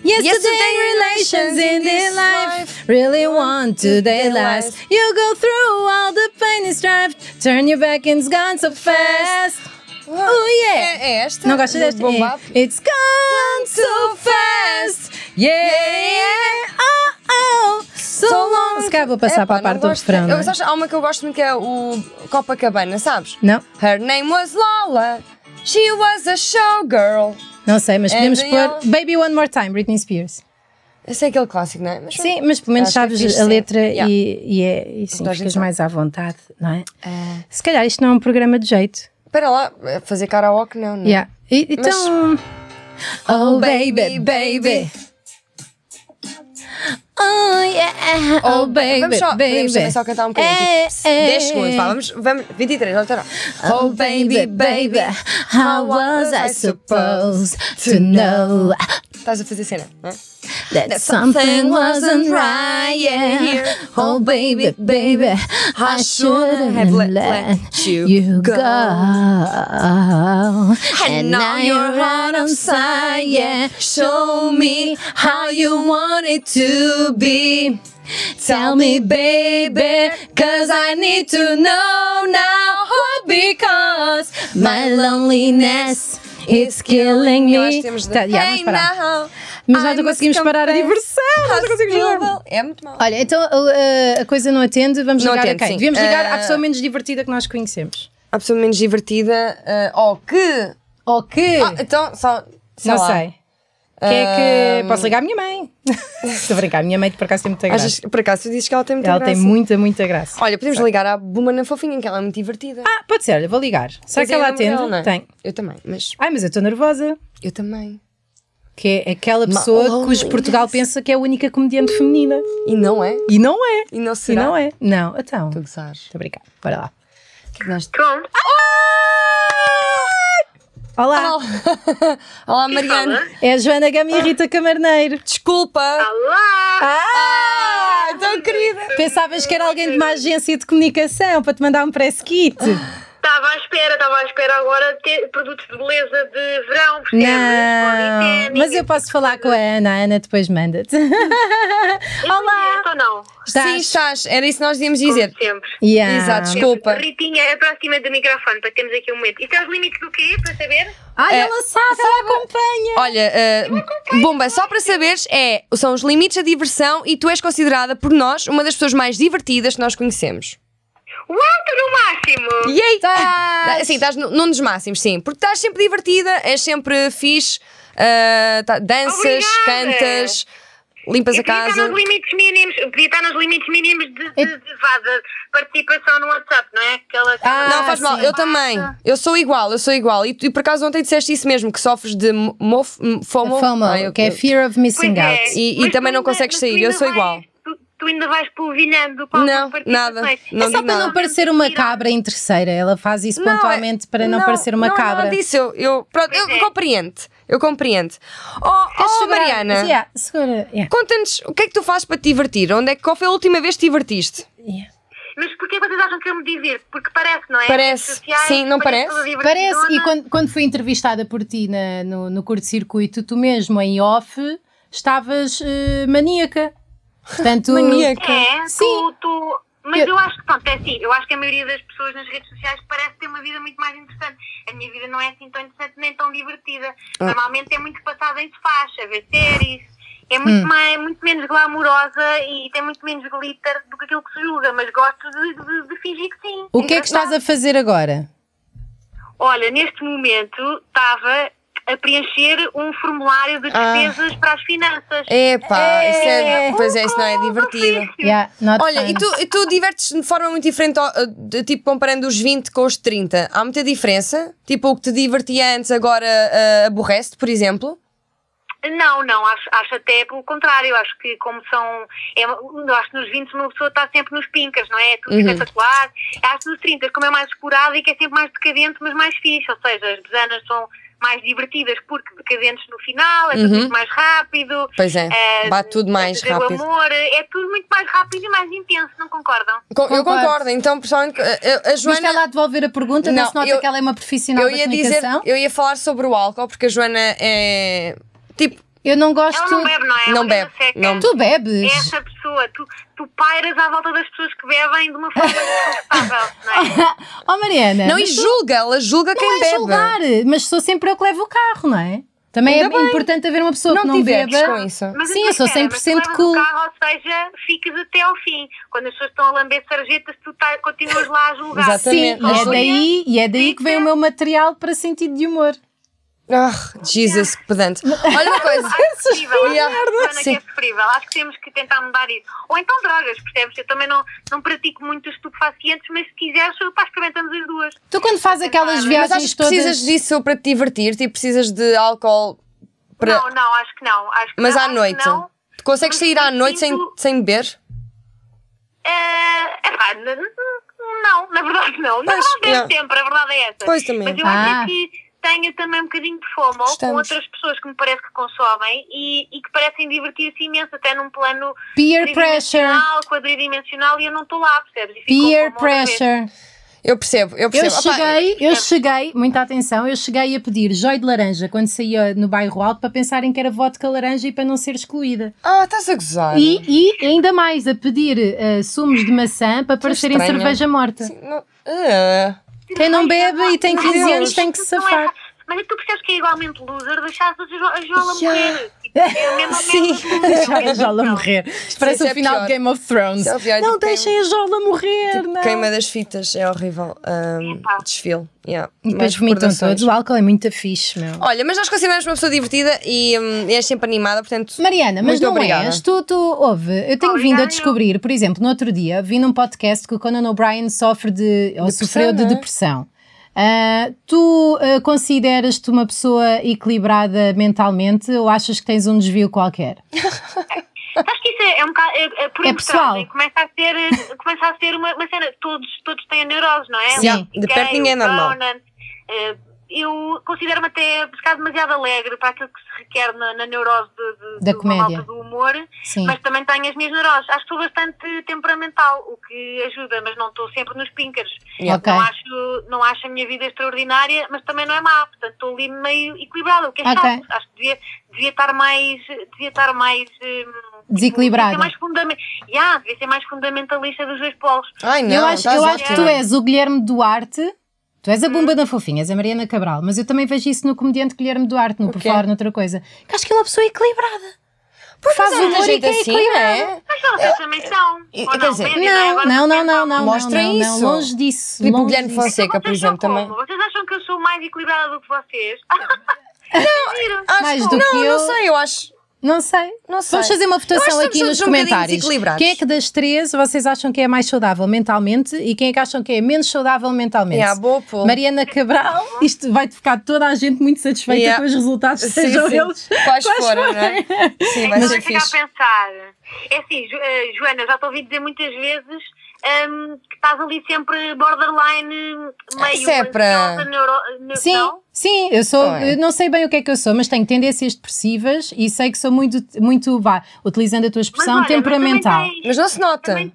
A: Yesterday relations in this life really want to they last. You go through all the pain and strife, turn your back and it's gone so fast. Oh yeah.
B: É, é esta?
A: Não gostas
B: Do
A: desta? É.
B: boom bap?
A: It's gone so fast. Yeah. Oh, oh. So long. Se calhar vou passar
B: Epá,
A: para a
B: não
A: parte do
B: gosto.
A: refrão. não
B: Eu,
A: é?
B: sabes, há uma que eu gosto muito que é o Copacabana, sabes?
A: Não,
B: Her name was Lola. She was a showgirl.
A: não sei, mas podemos
B: And
A: pôr
B: then-
A: Baby One More Time, Britney Spears.
B: Esse é aquele clássico, não é? Mas
A: Sim, mas pelo menos
B: Acho que é
A: sabes
B: fixe,
A: a
B: sim.
A: letra
B: Yeah.
A: e, e, é, e sim,
B: Toda a gente
A: ficas
B: sabe.
A: mais à vontade, não é?
B: É.
A: Se calhar isto não é um programa de jeito.
B: Espera lá, fazer karaoke não, é? não.
A: Yeah. E- então. Oh baby,
B: baby,
A: baby.
B: baby.
A: Oh yeah, oh baby,
B: vamos só,
A: baby.
B: Podemos também só cantar um bocadinho,
A: Eh,
B: tipo, 10
A: eh.
B: segundos, vá, vamos, vamos, 23, olha, tá lá.
A: Oh baby, baby, how was I supposed to know
B: Estás a fazer cena, não é?
A: that something wasn't right? Yeah. <laughs> Oh baby, baby, I should have let, you, go. And now you're out of sight. Yeah, show me how you want it to be. Tell me, baby, cause I need to know now. Because my loneliness is killing
B: Eu acho
A: me.
B: que temos de...
A: Tá, yeah,
B: hey
A: vamos parar.
B: now,
A: Mas nós
B: Ai,
A: não
B: mas
A: conseguimos
B: campanha.
A: parar a diversão. nós não conseguimos
B: Hostil,
A: parar.
B: É muito mal.
A: Olha, então a, a- a coisa não atende, vamos
B: Não
A: ligar
B: atende,
A: a quem?
B: sim.
A: Devíamos ligar à
B: Ah.
A: pessoa menos divertida que nós conhecemos.
B: A pessoa menos divertida, ah, ou que.
A: Ou que.
B: Ah, então, só. sei
A: não
B: lá. Um,
A: sei. Que é que. Posso ligar à minha
B: <laughs>
A: mãe? Estou a brincar, a minha mãe por acaso tem muita graça.
B: Achas, por acaso, tu dizes que ela tem muita
A: Ela
B: graça.
A: tem muita, muita graça.
B: Olha, podemos ligar à Buma na Fofinha, que ela é muito divertida.
A: Ah, pode ser, olha, vou ligar. Será
B: Mas
A: que
B: é
A: ela
B: o número
A: atende?
B: dela, não é?
A: Tem.
B: Eu também, mas.
A: Ai, mas eu estou nervosa.
B: Eu também.
A: Que é aquela
B: Ma-
A: pessoa
B: Oh,
A: cujo Portugal
B: yes.
A: pensa que é a única comediante feminina.
B: E não é?
A: E não é.
B: E não
A: E
B: será?
A: não é. Não, então.
B: Tu
A: Estou
B: gozares.
A: a brincar. Bora lá.
B: O que é que nós-
A: Olá,
B: Olá, Ah. Olá Mariana.
A: é a Joana Gama e a Rita Camarneiro.
B: Desculpa. Olá. Ah, então querida.
A: Pensavas que era alguém de uma agência de comunicação para te mandar um press
B: É
A: kit.
D: Estava à espera, estava à espera agora de ter produtos de beleza de verão,
B: é
D: percebes?
A: Não,
D: Body tanning.
A: mas eu posso falar com a Ana, a Ana depois manda-te. <laughs>
D: Eu
A: Olá.
D: conheço ou não?
B: Sim, estás. Era isso que nós íamos dizer.
D: Como sempre.
A: Yeah.
B: Exato, Desculpa.
D: Ritinha, aproxima do microfone para termos aqui um momento. Isto é os limites do quê? Para saber?
A: Ai,
B: É,
A: ela sabe, ela acompanha.
B: Olha, ah, Bomba, só para saberes, é, são os limites da diversão e tu és considerada por nós uma das pessoas mais divertidas que nós conhecemos.
D: Uau, estou no máximo!
B: E aí?
A: Tá.
B: assim,
A: Estás.
B: Sim, estás num num dos máximos, sim. Porque estás sempre divertida, és sempre fixe, ah, tá- danças,
D: Obrigada.
B: cantas, limpas
D: Eu
B: a
D: podia
B: casa. É-
D: estar nos limites mínimos, eu podia estar nos limites mínimos de, de, de, vá, de participação no WhatsApp, não é? Aquela,
A: Ah,
B: Não, faz mal,
A: sim.
B: eu também. Eu sou igual, eu sou igual. E, tu- e por acaso ontem disseste isso mesmo, que sofres de mo- mof, m- FOMO.
A: FOMO,
B: Ai, eu-
A: que é Fear of Missing Out.
B: E- e
D: Mas tu
B: também não
D: ainda-
B: consegues
D: mas tu
B: sair,
D: ainda
B: eu sou
D: vais-
B: igual.
D: Tu, tu ainda vais polvilhando com
B: Não,
D: algumas
B: nada,
D: participações.
B: não
A: Só
D: É
B: digo
A: para
B: nada.
A: não parecer uma cabra em terceira, ela faz isso
B: Não, é-
A: pontualmente para não, parecer uma
B: não,
A: cabra.
B: Não, disso eu, eu, pronto, eu
D: Pois é.
B: compreendo. Eu compreendo. Oh,
A: Queres
B: oh,
A: segurar?
B: Mariana,
A: Yeah, segura. Yeah,
B: conta-nos o que é que tu fazes para te divertir? Onde é que qual foi a última vez que te divertiste?
A: yeah.
D: Mas porquê vocês acham que eu me divirto? Porque parece, não é?
B: Parece.
D: Redes sociais,
B: Sim, não parece?
D: toda
A: Parece, e
D: divertidona.
A: quando, quando fui entrevistada por ti na- no, no curto-circuito, tu mesmo em off estavas eh, maníaca. Portanto,
B: Maníaca.
D: É,
A: Sim.
D: Tu, tu- Mas
A: Eu-
D: eu... acho que, pronto, é assim, eu acho que a maioria das pessoas nas redes sociais parece ter uma vida muito mais interessante. A minha vida não é assim tão interessante nem tão divertida.
A: Ah.
D: Normalmente é muito passada em sofás, a ver séries. É
A: Hum.
D: muito, mais, muito menos glamourosa e tem muito menos glitter do que aquilo que se julga, mas gosto de, de- de fingir que sim.
A: o que é que estás a fazer agora?
D: Olha, neste momento estava a preencher um formulário de
B: Ah.
D: despesas para as finanças.
B: Epá, isso é,
A: É.
B: pois é, isso não é divertido.
D: Difícil.
A: Yeah, not
B: Olha,
A: fun.
B: e tu, e tu divertes de forma muito diferente, ao- de- tipo comparando os 20 com os 30. Há muita diferença? Tipo, o que te divertia antes agora ah, aborrece-te, por exemplo?
D: Não, não, acho, acho até pelo contrário. Acho que, como são. É, eu acho que nos 20 uma pessoa está sempre nos pincas, não é? É
B: Uhum.
D: tudo espetacular. Acho que nos 30, como é mais explorado e que é sempre mais decadente, mas mais fixe. Ou seja, as besanas são mais divertidas porque decadentes no final, é tudo muito mais rápido.
B: Uhum. Pois é,
D: eh,
B: bate tudo mais
D: fazer o
B: rápido.
D: amor, é tudo muito mais rápido e mais intenso, não concordam?
B: Co- Eu
A: Concordo.
B: concordo, então, pessoalmente, a- a- a
A: Viste
B: Joana.
A: ela a devolver a pergunta, não,
B: Não,
A: se nota
B: eu-
A: que ela é uma profissional
B: Eu
A: da
B: ia dizer,
A: comunicação?
B: eu ia falar sobre o álcool, porque a Joana é. Tipo,
A: eu... não gosto...
D: Ela não bebe, não é? Ela
B: não bebe,
D: seca.
B: não
A: Tu bebes? <laughs>
D: Essa pessoa, tu, tu pairas à volta das pessoas que bebem de
B: <laughs>
D: uma forma desconfortável, não é?
A: oh Mariana,
B: não, e
A: mas tu
B: julga, ela julga quem
A: não
B: bebe.
A: é julgar, mas sou sempre eu que levo o carro, não é? Também é
B: Ainda bem.
A: importante haver uma pessoa
B: Não
A: que
B: te
A: não
B: divertes
A: beba.
B: com isso.
D: Mas
A: Sim,
D: então
A: eu sou
D: espera, mas
A: 100%
D: tu levas
A: cool.
D: o carro, ou seja, ficas até ao fim. Quando as pessoas estão a lamber sarjetas, tu tá- continuas lá a julgar.
B: Exato.
A: Sim,
B: Exatamente.
A: e é
D: Olha,
A: daí, e é daí que vem o
D: fica-
A: meu material para sentido de humor.
B: Ah, Jesus,
A: <laughs>
B: que pedante. Olha uma coisa.
D: Acho sofrível, acho
B: Yeah.
D: que Joana, que
B: Sim.
D: é sofrível. Acho que temos que tentar mudar isso. Ou então drogas, percebes? Eu também não, não pratico muito estupefacientes, mas se quiseres, pá, experimentamos as duas.
A: Tu quando fazes aquelas
B: Mas achas
A: viagens
B: que
A: todas...
B: precisas disso para te divertir? Tipo, precisas de álcool para.
D: Não, não, acho que não. Acho que
B: Mas
D: não,
B: à
D: acho que
B: noite?
D: Não.
B: Tu consegues
D: Mas
B: sair à noite sem,
D: sinto-
B: sem beber?
D: Eh, epá, n- n- não, na verdade não. Na
B: Pois,
D: verdade é
B: yeah.
D: sempre, a verdade é essa.
B: Pois também.
D: Mas eu
A: Ah.
D: acho que tenho também um bocadinho de fome ou com
B: Gostamos.
D: outras pessoas que me parece que consomem e, e que parecem divertir-se imenso, até num plano
A: Peer pressure.
D: tridimensional, quadridimensional, e eu não estou lá, percebes? E fico
A: Peer
D: com fome outra vez.
A: pressure.
B: Eu percebo, eu
A: Eu
B: percebo. Opa, é.
A: cheguei, eu cheguei, muita atenção, eu cheguei a pedir joio de laranja quando saía no bairro alto para pensarem que era vodka laranja e para não ser excluída.
B: Ah, estás a gozar.
A: E, e ainda mais a pedir eh, sumos de maçã para parecerem
B: estranho.
A: cerveja morta.
B: <laughs> Assim, Não- ah.
A: Quem não bebe e tem 15
B: Deus.
A: anos tem que se
D: Não é
A: safar.
B: <laughs>
D: ra- Mas tu percebes que é igualmente loser deixar a Jo- a Joela morrer. Tipo, É mesmo
A: Sim, <laughs> deixar a Jola morrer. Isto parece
B: isso
A: o
B: é
A: final
B: pior.
A: de Game of Thrones.
B: Isso é o pior,
A: não
B: tipo,
A: deixem a Jola morrer, não.
B: Queima das fitas, é horrível. Ahm, desfile. Yeah.
A: E depois
B: Mais
A: vomitam
B: recordações.
A: todos. O álcool é muito fixe, meu.
B: Olha, mas nós consideramos uma pessoa divertida e hum, és sempre animada, portanto.
A: Mariana, mas
B: Muito
A: não
B: obrigada.
A: és, tu, tu ouve, eu tenho vindo a
D: Obrigada.
A: descobrir, por exemplo, no outro dia vi num podcast que o Conan O'Brien sofre de, ou
B: Depressão,
A: sofreu de
B: não é?
A: depressão. Ah, tu ah, consideras-te uma pessoa equilibrada mentalmente ou achas que tens um desvio qualquer?
D: Acho que isso é, é um bocado. É, é, por
A: É
D: importância,
A: pessoal.
D: Começa a ser, eh, começa a ser uma, uma cena. Todos, todos têm neuroses, não é?
A: Sim,
D: O
B: de perto
D: gay,
B: ninguém é
D: o
B: normal.
D: Conan, eh, eu considero-me até um bocado demasiado alegre para aquilo que se requer na, na neurose de, de,
A: Da
D: de uma
A: comédia.
D: malta do humor.
A: Sim.
D: Mas também tenho as minhas neuroses. Acho que sou bastante temperamental, o que ajuda, mas não estou sempre nos pinkers.
B: Yeah.
A: Ok.
D: Não, acho, não acho a minha vida extraordinária, mas também não é má. Portanto, estou ali meio equilibrada, o que é
A: Ok.
D: chato. Acho que devia, devia estar mais. Devia estar mais hum,
A: Desequilibrada.
D: Devia ser mais, fundament... yeah, devia ser mais fundamentalista dos dois polos.
B: Ai, não,
A: eu acho,
B: estás Hum?
A: eu acho
B: ótima.
A: que tu és o Guilherme Duarte, tu és a Bumba da Fofinha, és a Mariana Cabral, mas eu também vejo isso no comediante Guilherme Duarte, não por
B: quê?
A: falar noutra coisa. Que acho que é uma pessoa equilibrada. Porque faz
B: Mas há muita
A: humor e
B: gente
A: que é
B: assim, não
A: equilibrada.
B: é?
D: Mas
A: Eh,
D: vocês também
B: eu-
D: são. ou
B: quer
D: não,
B: dizer,
D: Média, é?
A: Não,
D: Agora
A: não, não, não,
D: vocês são.
A: não.
B: Mostra
A: não, não,
B: isso.
A: Longe disso.
B: Tipo o
A: longe
B: Guilherme
A: disso.
B: Fonseca, por
D: Vocês
B: exemplo,
D: são
B: também.
D: como? Vocês acham que eu sou mais equilibrada do que
A: <laughs>
D: vocês?
B: Acho
A: Mais
B: que-
A: do
B: não,
A: que eu.
B: não sei, eu acho.
A: Não sei.
B: Não sei.
A: Vamos fazer uma votação
B: Eu acho que
A: aqui
B: somos
A: nos
B: todos um bocadinho
A: comentários.
B: desequilibrados.
A: Quem é que das três vocês acham que é mais saudável mentalmente e quem é que acham que é menos saudável mentalmente?
B: Yeah, É, boa pool.
A: Mariana Cabral, isto vai ficar toda a gente muito satisfeita
B: Yeah.
A: com os resultados,
B: Sim,
A: <laughs> sejam
B: sim.
A: eles.
B: Quais, foram, não é? Sim, vai
D: Mas
B: ser
D: eu fico a
B: fixe.
D: pensar. É assim, Jo- eh, Joana, já te ouvi dizer muitas vezes ehm, que estás ali sempre borderline, eh, meio
B: Isso é para-
D: ansiosa, neuro- ne-
A: Sim,
D: não?
A: sim, eu sou,
B: Não é?
A: eu não sei bem o que é que eu sou, mas tenho tendências depressivas e sei que sou muito, muito vá, utilizando a tua
D: Mas
A: expressão,
D: olha,
A: temperamental.
D: Mas também tens,
B: Mas não se nota.
D: também,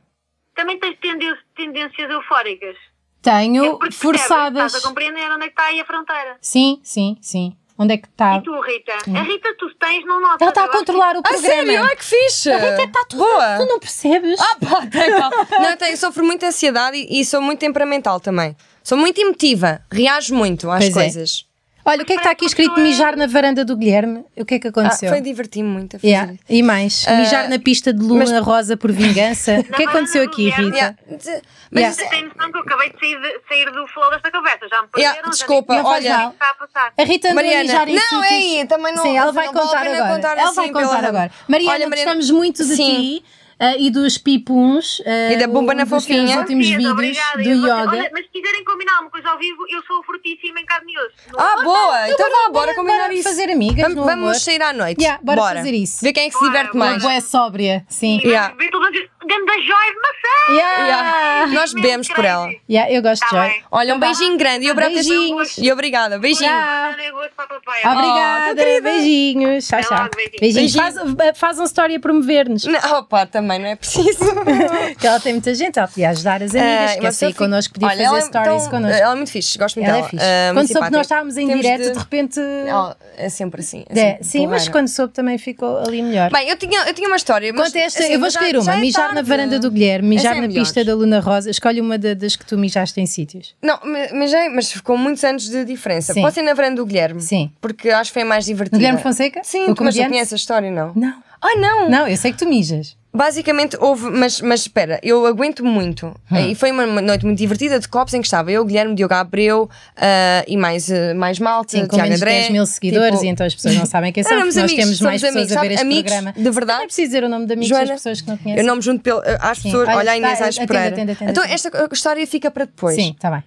D: também tens tenden- tendências eufóricas. É
A: Tenho
D: porque percebes,
A: forçadas.
D: Estás a compreender onde é que está aí a fronteira.
A: Sim, sim, sim. Onde é que está?
D: E tu, Rita? A Rita, tu tens, não notas.
A: Ela está tá a
D: Eu acho que-
A: controlar o
B: Ah,
A: programa.
B: sério? Ai, que fixe!
A: tá tudo-
B: Boa!
A: Tu não percebes?
B: Ah, <laughs> pá, tem
A: tá.
B: pá. Não, eu tenho, eu sofro muita ansiedade e, e sou muito temperamental também. Sou muito emotiva, reajo muito às
A: Pois é.
B: coisas.
A: Olha, o que é que está aqui escrito mijar na varanda do Guilherme? O que é que
B: Ah,
A: aconteceu?
B: foi Ah, divertir-me muito a fazer
A: Yeah.
B: isso.
A: E mais, mijar na pista de Luna Rosa por vingança.
B: <laughs>
A: O que é que aconteceu aqui,
D: Não, não, não,
A: Rita?
B: Yeah. Mas
A: Yeah.
B: isso
D: Vocês
B: é-
D: têm noção que eu acabei de sair, de- sair do flow desta conversa. Já me perderam.
B: Yeah,
D: já nem-
B: desculpa,
A: Não faz
B: olha.
A: mal.
D: é Está a passar.
A: A Rita andou a
B: Mariana,
A: mijar em
B: não,
A: sítios-
B: é aí, também não-
A: Sim, ela
B: não
A: vai
B: vale a
A: contar
B: pena
A: agora.
B: contar
A: ela
B: assim
A: vai
B: pela
A: contar
B: rama.
A: agora. Mariana,
B: Olha, Mariana-
A: gostamos muito de
B: Sim.
A: ti ah, e dos pipuns. ah,
B: E da Bumba na
A: dos teus
B: Fofinha.
A: últimos
D: Sim,
A: vídeos
D: obrigada.
A: do
D: Eu vou-
A: yoga.
D: olha, mas se quiserem combinar uma coisa ao vivo, eu sou fortíssima em carne e osso. Não- é?
B: Ah, boa! Então vá, bora combinar
A: bora
B: isso.
A: fazer amigas
B: Vamos,
A: no
B: vamos
A: amor.
B: sair à noite.
A: Yeah, bora fazer isso.
B: Ver quem é que se
D: Bora,
B: diverte
D: bora.
B: mais.
A: Uma boa sóbria, sim.
D: E vamos
B: Yeah.
D: ver todas as- Ganda joia de maçã!
A: Yeah.
B: Yeah. Nós
D: Ah, Mesmo
B: bebemos por
D: crazy.
B: ela.
A: Yeah, eu gosto de
D: Tá
A: Joy.
D: bem.
B: Olha, um beijinho grande e abraço
A: Beijinhos.
B: e obrigada. Beijinho.
A: Tchau.
D: Dei Ah, é gosto para a papai.
A: Obrigada,
B: Oh, tão querida.
A: beijinhos. Tchau,
D: Até
A: tchau.
D: logo, beijinhos.
A: Beijinhos. Faz,
B: Beijinho.
A: faz um story a promover-nos.
B: Não, opa, também não é preciso.
A: <laughs> Que ela tem muita gente, ela podia ajudar as amigas,
B: Ah,
A: quer
B: mas eu
A: sair
B: fico-
A: connosco, podia
B: Olha,
A: fazer
B: ela é
A: stories
B: tão-
A: connosco.
B: Ela é muito fixe, gosto muito
A: Ela é
B: dela.
A: fixe.
B: Ah, muito
A: quando soube que nós
B: simpática.
A: estávamos em
B: Temos
A: direto, de,
B: de-
A: repente.
B: Ela é sempre assim. é
A: É,
B: sempre
A: sim, mas
B: porreira.
A: quando soube também ficou ali melhor.
B: Bem, eu tinha, eu tinha uma história. mas,
A: Conta esta,
B: assim,
A: eu vou
B: já-
A: escolher
B: já
A: uma:
B: é
A: mijar na
B: tarde.
A: varanda do Guilherme, mijar
B: Essa é
A: na
B: melhor.
A: pista da Luna Rosa. Escolhe uma da- das que tu mijaste em sítios.
B: Não, mas, mas, é- mas ficou muitos anos de diferença.
A: Sim.
B: Posso ir na varanda do Guilherme?
A: Sim.
B: Porque acho que foi a mais divertida.
A: No Guilherme Fonseca? o
B: Sim, tu- mas tu
A: comediante?
B: conheces a história, não?
A: Não.
B: Ah, não!
A: Não, eu sei que tu mijas.
B: Basicamente houve, mas, mas espera, eu aguento muito.
A: Hum.
B: E foi uma noite muito divertida de copos em que estava eu, Guilherme, Diogo Abreu ah, e mais, ah, mais malta,
A: Sim, com
B: Tiago
A: menos de
B: André.
A: 10 mil seguidores
B: Tipo,
A: e então as pessoas não sabem quem são,
B: éramos
A: porque nós
B: amigos,
A: temos mais
B: somos
A: pessoas a
B: amigos,
A: ver este
B: sabe? Amigos,
A: programa.
B: de verdade.
A: Não é preciso dizer o nome de amigos
B: Joana,
A: das pessoas que não
B: Eu
A: conhecem.
B: não me junto pelo, ah, às
A: Sim,
B: pessoas.
A: olha,
B: Olha, a Inês
A: tá,
B: Aires
A: atende,
B: Pereira.
A: atende, atende,
B: Então,
A: atende.
B: esta história fica para depois.
A: Sim, está bem.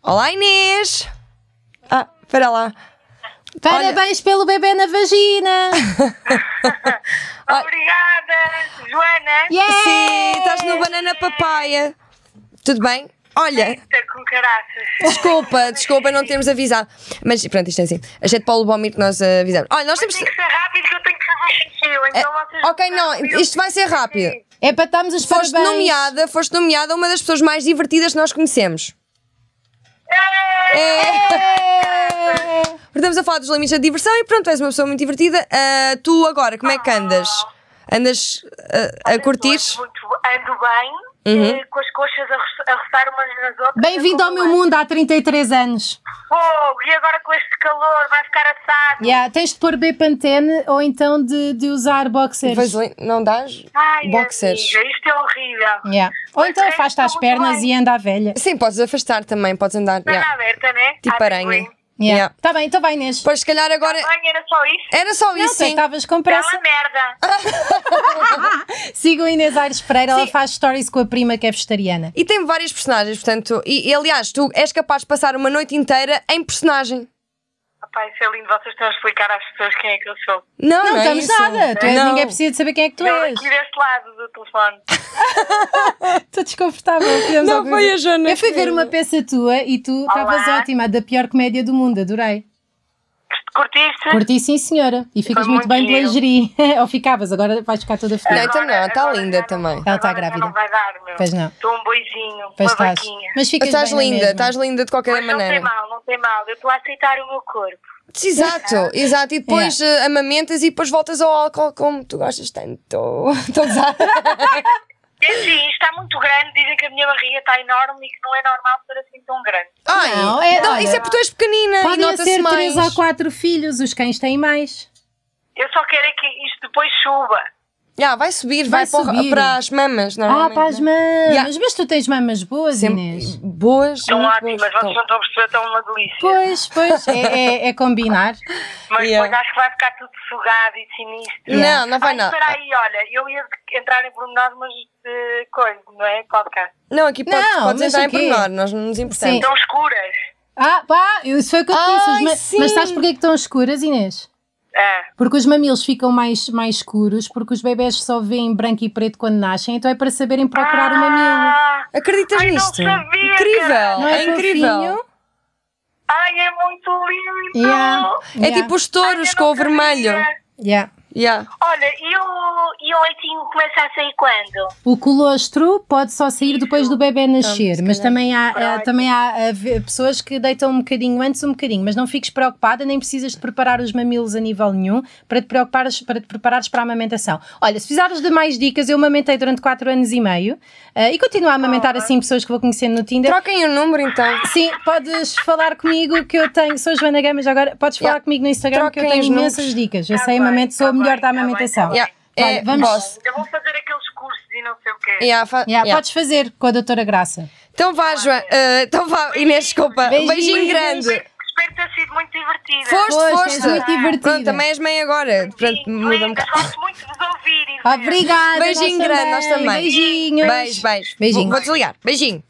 B: Olá, Inês! Ah, espera lá.
A: Parabéns pelo bebê na
B: <laughs>
A: vagina!
D: Oh, Obrigada, Joana.
A: Yeah!
B: Sim, estás no Banana Papaya. Tudo bem? Olha,
D: Está com caraças.
B: desculpa, desculpa não termos avisado. Mas pronto, isto é assim. A gente Paulo Bomir que nós ah, avisamos. Olha, nós temos.
D: Tem que ser rápido que eu tenho que fazer xixi. Então vocês.
B: É, ok, não, isto vai ser rápido.
A: É para estarmos os
B: Foste
A: parabéns.
B: nomeada, foste nomeada uma das pessoas mais divertidas que nós conhecemos. É. Estamos a falar dos limites da diversão e pronto, és uma pessoa muito divertida. Ah, tu agora, como é que andas? Andas ah, a curtir? Uhum.
D: Muito, ando bem. eh, com as coxas a, roç- a roçar umas nas outras.
A: Bem-vindo ao meu mundo há 33 anos.
D: Fogo, e agora com este calor vai ficar assado.
A: Yeah, tens de pôr B pantene ou então de, de usar boxers.
B: Vaseline- não dás?
D: Ai,
B: Boxers.
D: amiga, isto é horrível.
A: Yeah. Ou então
D: Mas
A: afasta as
D: muito
A: pernas
D: bem.
A: e anda à velha.
B: Sim, podes afastar também, podes andar.
D: Perna
B: yeah.
D: aberta, né?
B: Tipo
D: Ah,
B: aranha.
D: bem.
A: Yeah.
B: Yeah.
A: Tá bem, então vai, Inês.
B: Pois se calhar agora.
D: Aranha era só isso?
B: Era só
A: Não, tá-
B: isso,
A: tu é
B: sim.
A: estavas com pressa.
D: Bela merda.
A: Sigam Inês Aires Pereira, ela faz stories com a prima que é vegetariana.
B: E tem várias personagens, portanto. E, e, aliás, tu és capaz de passar uma noite inteira em personagem.
D: Rapaz, isso é lindo. Vocês estão a explicar às pessoas quem é que eu sou.
B: Não,
A: Não,
B: não, é
A: estamos
B: isso.
A: nada. Tu és,
B: Não.
A: ninguém precisa de saber quem é que tu
D: Eu
A: és.
D: aqui deste lado do telefone.
A: Estou desconfortável. podemos
B: Não,
A: ao vivo.
B: foi a Ah, Joana
A: Eu fui ver
B: Ferreira.
A: uma peça tua e tu estavas ótima, da pior comédia do mundo, adorei.
D: Curtiste?
B: Ah.
A: Curti sim, senhora. E ficas
D: Foi
A: muito
D: muito
A: bem de
D: giro.
A: lingerie. <laughs> Ou ficavas, agora vais ficar toda
B: Não,
A: fedida.
B: então não,
D: Agora-
B: está
D: agora
B: linda
D: já não-
B: também.
A: Ela está
D: agora já
A: grávida.
D: Não vai dar, meu.
A: Pois não.
D: Estou um boizinho,
A: Pois
D: uma
A: estás.
D: vaquinha.
A: Mas ficas
B: Mas
A: bem
B: estás
A: é na
B: linda,
A: mesma.
B: estás linda de qualquer
D: Mas não tem
B: maneira.
D: mal, não tem mal. Eu estou a aceitar o meu corpo.
A: <laughs>
B: Exato, exato. E depois eh, amamentas e depois voltas ao álcool como tu gostas tanto. <laughs> Estou a gozar.
D: É sim, está muito grande. Dizem que a minha barriga está enorme e que não é normal ser assim tão grande.
B: Ai,
A: Não,
B: não,
A: é- olha,
B: isso é porque tu és pequenina e
A: Podem
B: nota-se
A: ser
B: mais.
A: três ou quatro filhos, os cães têm mais.
D: Eu só quero é que isto depois suba.
B: Já, vai subir,
A: Vai
B: vai, para, o-
A: subir.
B: para as mamas,
A: Ah,
B: normalmente. né?
A: para as
B: não
A: mamas.
B: Yeah.
A: Mas tu tens mamas boas,
B: é? Sempre
A: Inês.
B: boas.
D: Estão
B: muito
D: ótimas,
B: boas.
D: vocês não estão a perceber, estão uma delícia.
A: Pois, pois, é, é- é combinar.
D: Mas
B: Yeah.
D: depois acho que vai ficar tudo sugado e sinistro.
B: Não, não vai
D: Ai,
B: nada.
D: Espera aí, olha, eu ia entrar em pormenores, mas de coisa, não é? Podcast.
B: Não, aqui pode,
A: Não,
B: podes
A: mas
B: entrar
A: o
B: em
A: quê?
B: pormenor, nós não nos importamos.
A: Sim.
D: Estão escuras.
A: Ah, pá, isso foi o que eu te disse. os
B: Ai,
A: ma-
B: sim.
A: Mas sabes porquê que estão escuras, Inês?
D: Ah,
A: Porque os mamilos ficam mais, mais escuros, porque os bebés só veem branco e preto quando nascem, então é para saberem procurar o mamilo.
D: Ah,
B: Acreditas
D: Ai, não
B: nisto?
D: sabia,
B: incrível,
D: caralho.
A: Não é,
B: é incrível.
A: fofinho?
D: ai, é muito lindo.
A: Yeah.
B: É
A: Yeah.
B: tipo os
D: Ai, eu
B: touros
D: não
B: com o
D: sabia.
B: vermelho.
A: Yeah.
B: Yeah.
D: Olha, e o, e o leitinho começa a sair quando?
A: O colostro pode só sair depois do bebê
D: Então,
A: nascer, mas também há, eh, também há eh, ve- pessoas que deitam um bocadinho antes, um bocadinho, mas não fiques preocupada, nem precisas de preparar os mamilos a nível nenhum para te, preocupares, para te preparares para a amamentação. Olha, se precisares de mais dicas, eu amamentei durante 4 anos e meio eh, e continuo a amamentar assim pessoas que vou conhecendo no Tinder.
B: Troquem o número então.
A: Sim, podes falar comigo que eu tenho. Sou a Joana Gamas agora. Podes falar
B: Yeah.
A: comigo no Instagram que eu
B: Troquem
A: tenho
B: os
A: imensas
B: números.
A: dicas. Eu
D: Tá
A: sei,
D: bem,
A: amamento, sou a
D: tá
A: melhor
D: bem,
A: da
D: tá bem,
A: amamentação.
D: tá bem.
B: Yeah.
A: Vai,
B: É,
A: vamos-
B: boss.
D: Eu vou fazer aqueles cursos e não sei o quê.
B: Yeah, fa-
A: Yeah,
B: yeah.
A: Podes fazer com a doutora Graça.
B: Então vá, Joana. eh, então vá, Inês, desculpa.
A: Beijinhos.
B: Beijinho grande.
D: Espero ter sido muito divertida.
B: Foste,
A: Foste,
B: foste.
A: és muito divertida.
B: Pronto, também és mãe agora. Pronto,
D: Sim,
B: muda um
D: lindas,
B: bocado.
D: Gosto muito de vos ouvir. e ver.
A: Obrigada.
B: Beijinho
A: nós
B: grande, nós também.
A: Beijinhos.
B: Beijo, beijo.
A: Beijinho.
B: Vou, vou desligar. Beijinho.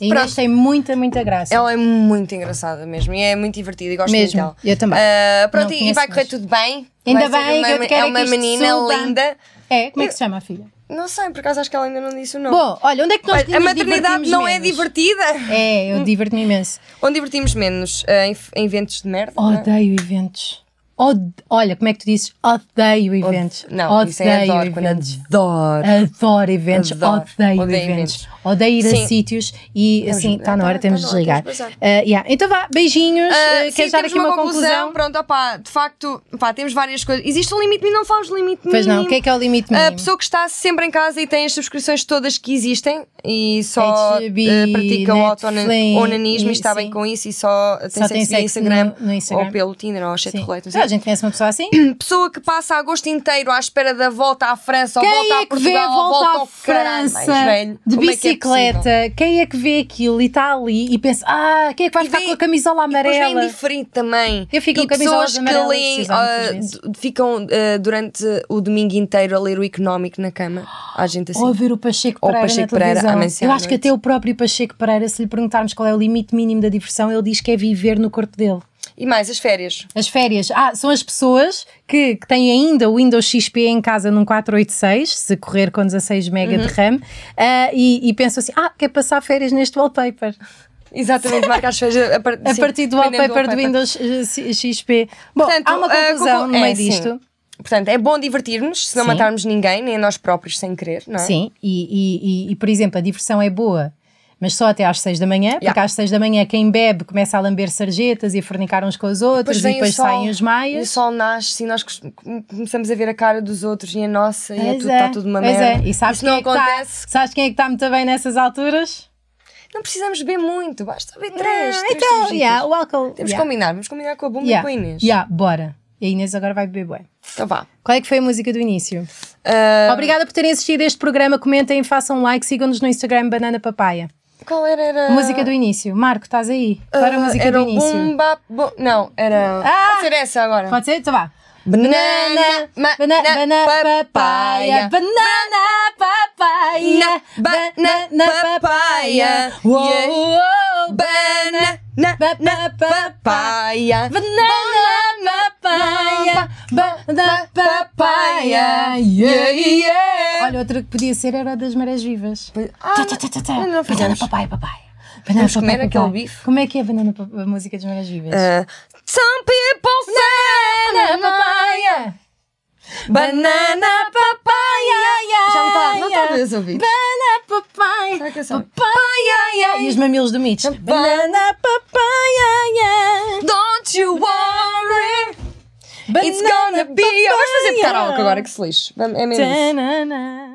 A: A Inês
B: Pronto.
A: tem muita, muita graça.
B: Ela é muito engraçada mesmo e é muito divertida e gosto
A: Mesmo,
B: muito dela.
A: eu também.
B: Ah, pronto,
A: Não
B: e
A: conheço,
B: vai correr
A: mas-
B: tudo bem.
A: Ainda
B: Vai ser
A: bem, que eu
B: uma-
A: te quero
B: É
A: é
B: uma
A: que isto
B: menina
A: suba.
B: linda.
A: É, como é que se chama a filha?
B: Não sei, por acaso acho que ela ainda não disse o nome.
A: Bom, olha, onde é que nós
B: Olha, a
A: nos
B: maternidade
A: divertimos
B: não é Hum.
A: menos?
B: divertida.
A: É, eu diverto-me imenso.
B: Onde divertimos menos? Ah, em, f- em eventos de merda? não é?
A: Odeio eventos. Ode- Olha, como é que tu dizes? Odeio eventos.
B: Não, isso é
A: Odeio
B: adoro. Quando
A: eventos.
B: adoro.
A: Adoro eventos,
B: Adoro.
A: odeio,
B: Odeio
A: eventos.
B: eventos.
A: Odeio ir a
B: Sim.
A: sítios e assim, está na hora,
B: tá-
A: temos de
B: tá na hora,
A: desligar.
B: temos de
A: Ah, yeah. Então vá, beijinhos.
B: Ah,
A: Uh,
B: sim,
A: Queres dar
B: temos
A: aqui uma conclusão?
B: Pronto, opá, de facto, pá, temos várias coisas. Existe um limite mínimo, não falas de limite mínimo.
A: Pois não, o que é que é o limite
B: Hum. A
A: mínimo?
B: pessoa que está sempre em casa e tem as subscrições todas que existem e só
A: HB,
B: eh, pratica o
A: Netflix,
B: auto-onanismo e está
A: sim.
B: bem com isso e só tem
A: Só
B: sexo,
A: tem
B: via
A: sexo
B: Instagram,
A: no- no Instagram.
B: ou pelo Tinder ou chat
A: Sim.
B: roulette. não
A: Ah,
B: sei.
A: a gente conhece uma pessoa assim?
B: Pessoa que passa agosto inteiro à espera da volta à França
A: Quem
B: ou volta
A: é
B: a
A: que vê a
B: Portugal ou
A: volta,
B: volta
A: à
B: ao caralho,
A: França
B: mais velho.
A: de
B: Como é que é
A: bicicleta?
B: possível?
A: quem é que vê aquilo e está ali e pensa, ah, quem é que vai
B: E
A: ficar
B: vê-
A: com a camisola
B: E depois
A: amarela?
B: vem diferente também.
A: Eu fico
B: e
A: com camisolas
B: pessoas
A: amarelas,
B: que leem,
A: Suzana, muitas
B: ah,
A: vezes.
B: du- ficam ah, durante o domingo inteiro a ler o económico na cama. Há gente assim.
A: Ou a ver o Pacheco
B: Ou o
A: Pereira
B: Pacheco
A: na
B: Pereira
A: televisão.
B: à manhã
A: Eu
B: à
A: acho que
B: noite.
A: até o próprio Pacheco Pereira, se lhe perguntarmos qual é o limite mínimo da diversão, ele diz que é viver no corpo dele.
B: E mais, as férias.
A: As férias. Ah, são as pessoas que, que têm ainda o Windows XP em casa num 486, se correr com 16 mega de
B: Uhum.
A: RAM, ah, e, e pensam assim: ah, quer passar férias neste wallpaper.
B: Exatamente, marca as férias a, par-
A: A
B: sim,
A: partir do
B: dependendo
A: wallpaper, do Windows eh, X- XP. Bom,
B: Portanto,
A: há uma
B: a
A: conclusão
B: conclu-
A: no meio
B: é, sim.
A: disto.
B: Portanto, é bom divertir-nos, se não
A: Sim.
B: matarmos ninguém, nem a nós próprios sem querer, não é?
A: Sim, e, e- e- e, por exemplo, a diversão é boa. mas só até às 6 da manhã, porque
B: Yeah.
A: às 6 da manhã quem bebe começa a lamber sarjetas e a fornicar uns com os outros e
B: vem o
A: depois
B: sol,
A: saem os
B: E o
A: maias.
B: sol nasce e nós cos- começamos a ver a cara dos outros e a nossa e é
A: Pois
B: tudo, está tudo uma
A: pois
B: merda.
A: é. E sabes
B: Isso
A: quem,
B: não
A: é que tá,
B: acontece.
A: sabes quem é que está muito bem nessas alturas?
B: Não precisamos beber muito, basta beber três.
A: Ah,
B: É, três
A: então,
B: cervejitas.
A: yeah, o álcool.
B: Temos que
A: yeah.
B: combinar, vamos combinar com a Bumba e
A: Yeah.
B: com a Inês.
A: Yeah, bora. E a Inês agora vai beber bué.
B: Então vá.
A: Qual é que foi a música do início?
B: Ah,
A: Obrigada por terem assistido a este programa. Comentem, façam like, sigam-nos no Instagram Banana Papaya.
B: qual era? era...
A: Música do início. Marco, estás aí? Qual era a
B: Ah,
A: música
B: era
A: do
B: o
A: início?
B: Bum, bap, bum- Não, era.
A: Ah!
B: Pode ser essa agora.
A: Pode ser? Então vá.
B: Banana,
A: banana,
B: ma-
A: banana, banana,
B: na-
A: papaya,
B: papaya.
A: banana, papaya,
B: Ba- na-
A: banana, papaya,
B: papaya.
A: uou,
B: Yeah.
A: uou,
B: Banana,
A: banana, papaya,
B: papaya.
A: banana, papaya, banana, papaya,
B: papaya.
A: yeah,
B: Yeah, yeah.
A: Olha, outra que podia ser era a das marés vivas.
B: Ah,
A: Tá, tá, tá, tá, tá.
B: não, não
A: Banana,
B: fizemos.
A: papai, papai. Banana,
B: Vamos comer
A: papai,
B: aquele
A: papai.
B: bife?
A: Como é que é a banana, pa- a música das marés vivas?
B: Ah, some people say
A: Banana,
B: papaya.
A: papaya.
B: Banana papaya. Já me tá- não
A: yeah.
B: tá a desouvir.
A: Banana, papai.
B: Será que é só?
A: Papaya, yeah. E os mamilos do Mitch.
B: Banana
A: papaya, yeah.
B: Don't you worry.
A: Banana,
B: It's gonna be. Vamos fazer
A: papaya.
B: ja. karaoke agora, que se lixe. Vamos- É menos.
A: Tanana.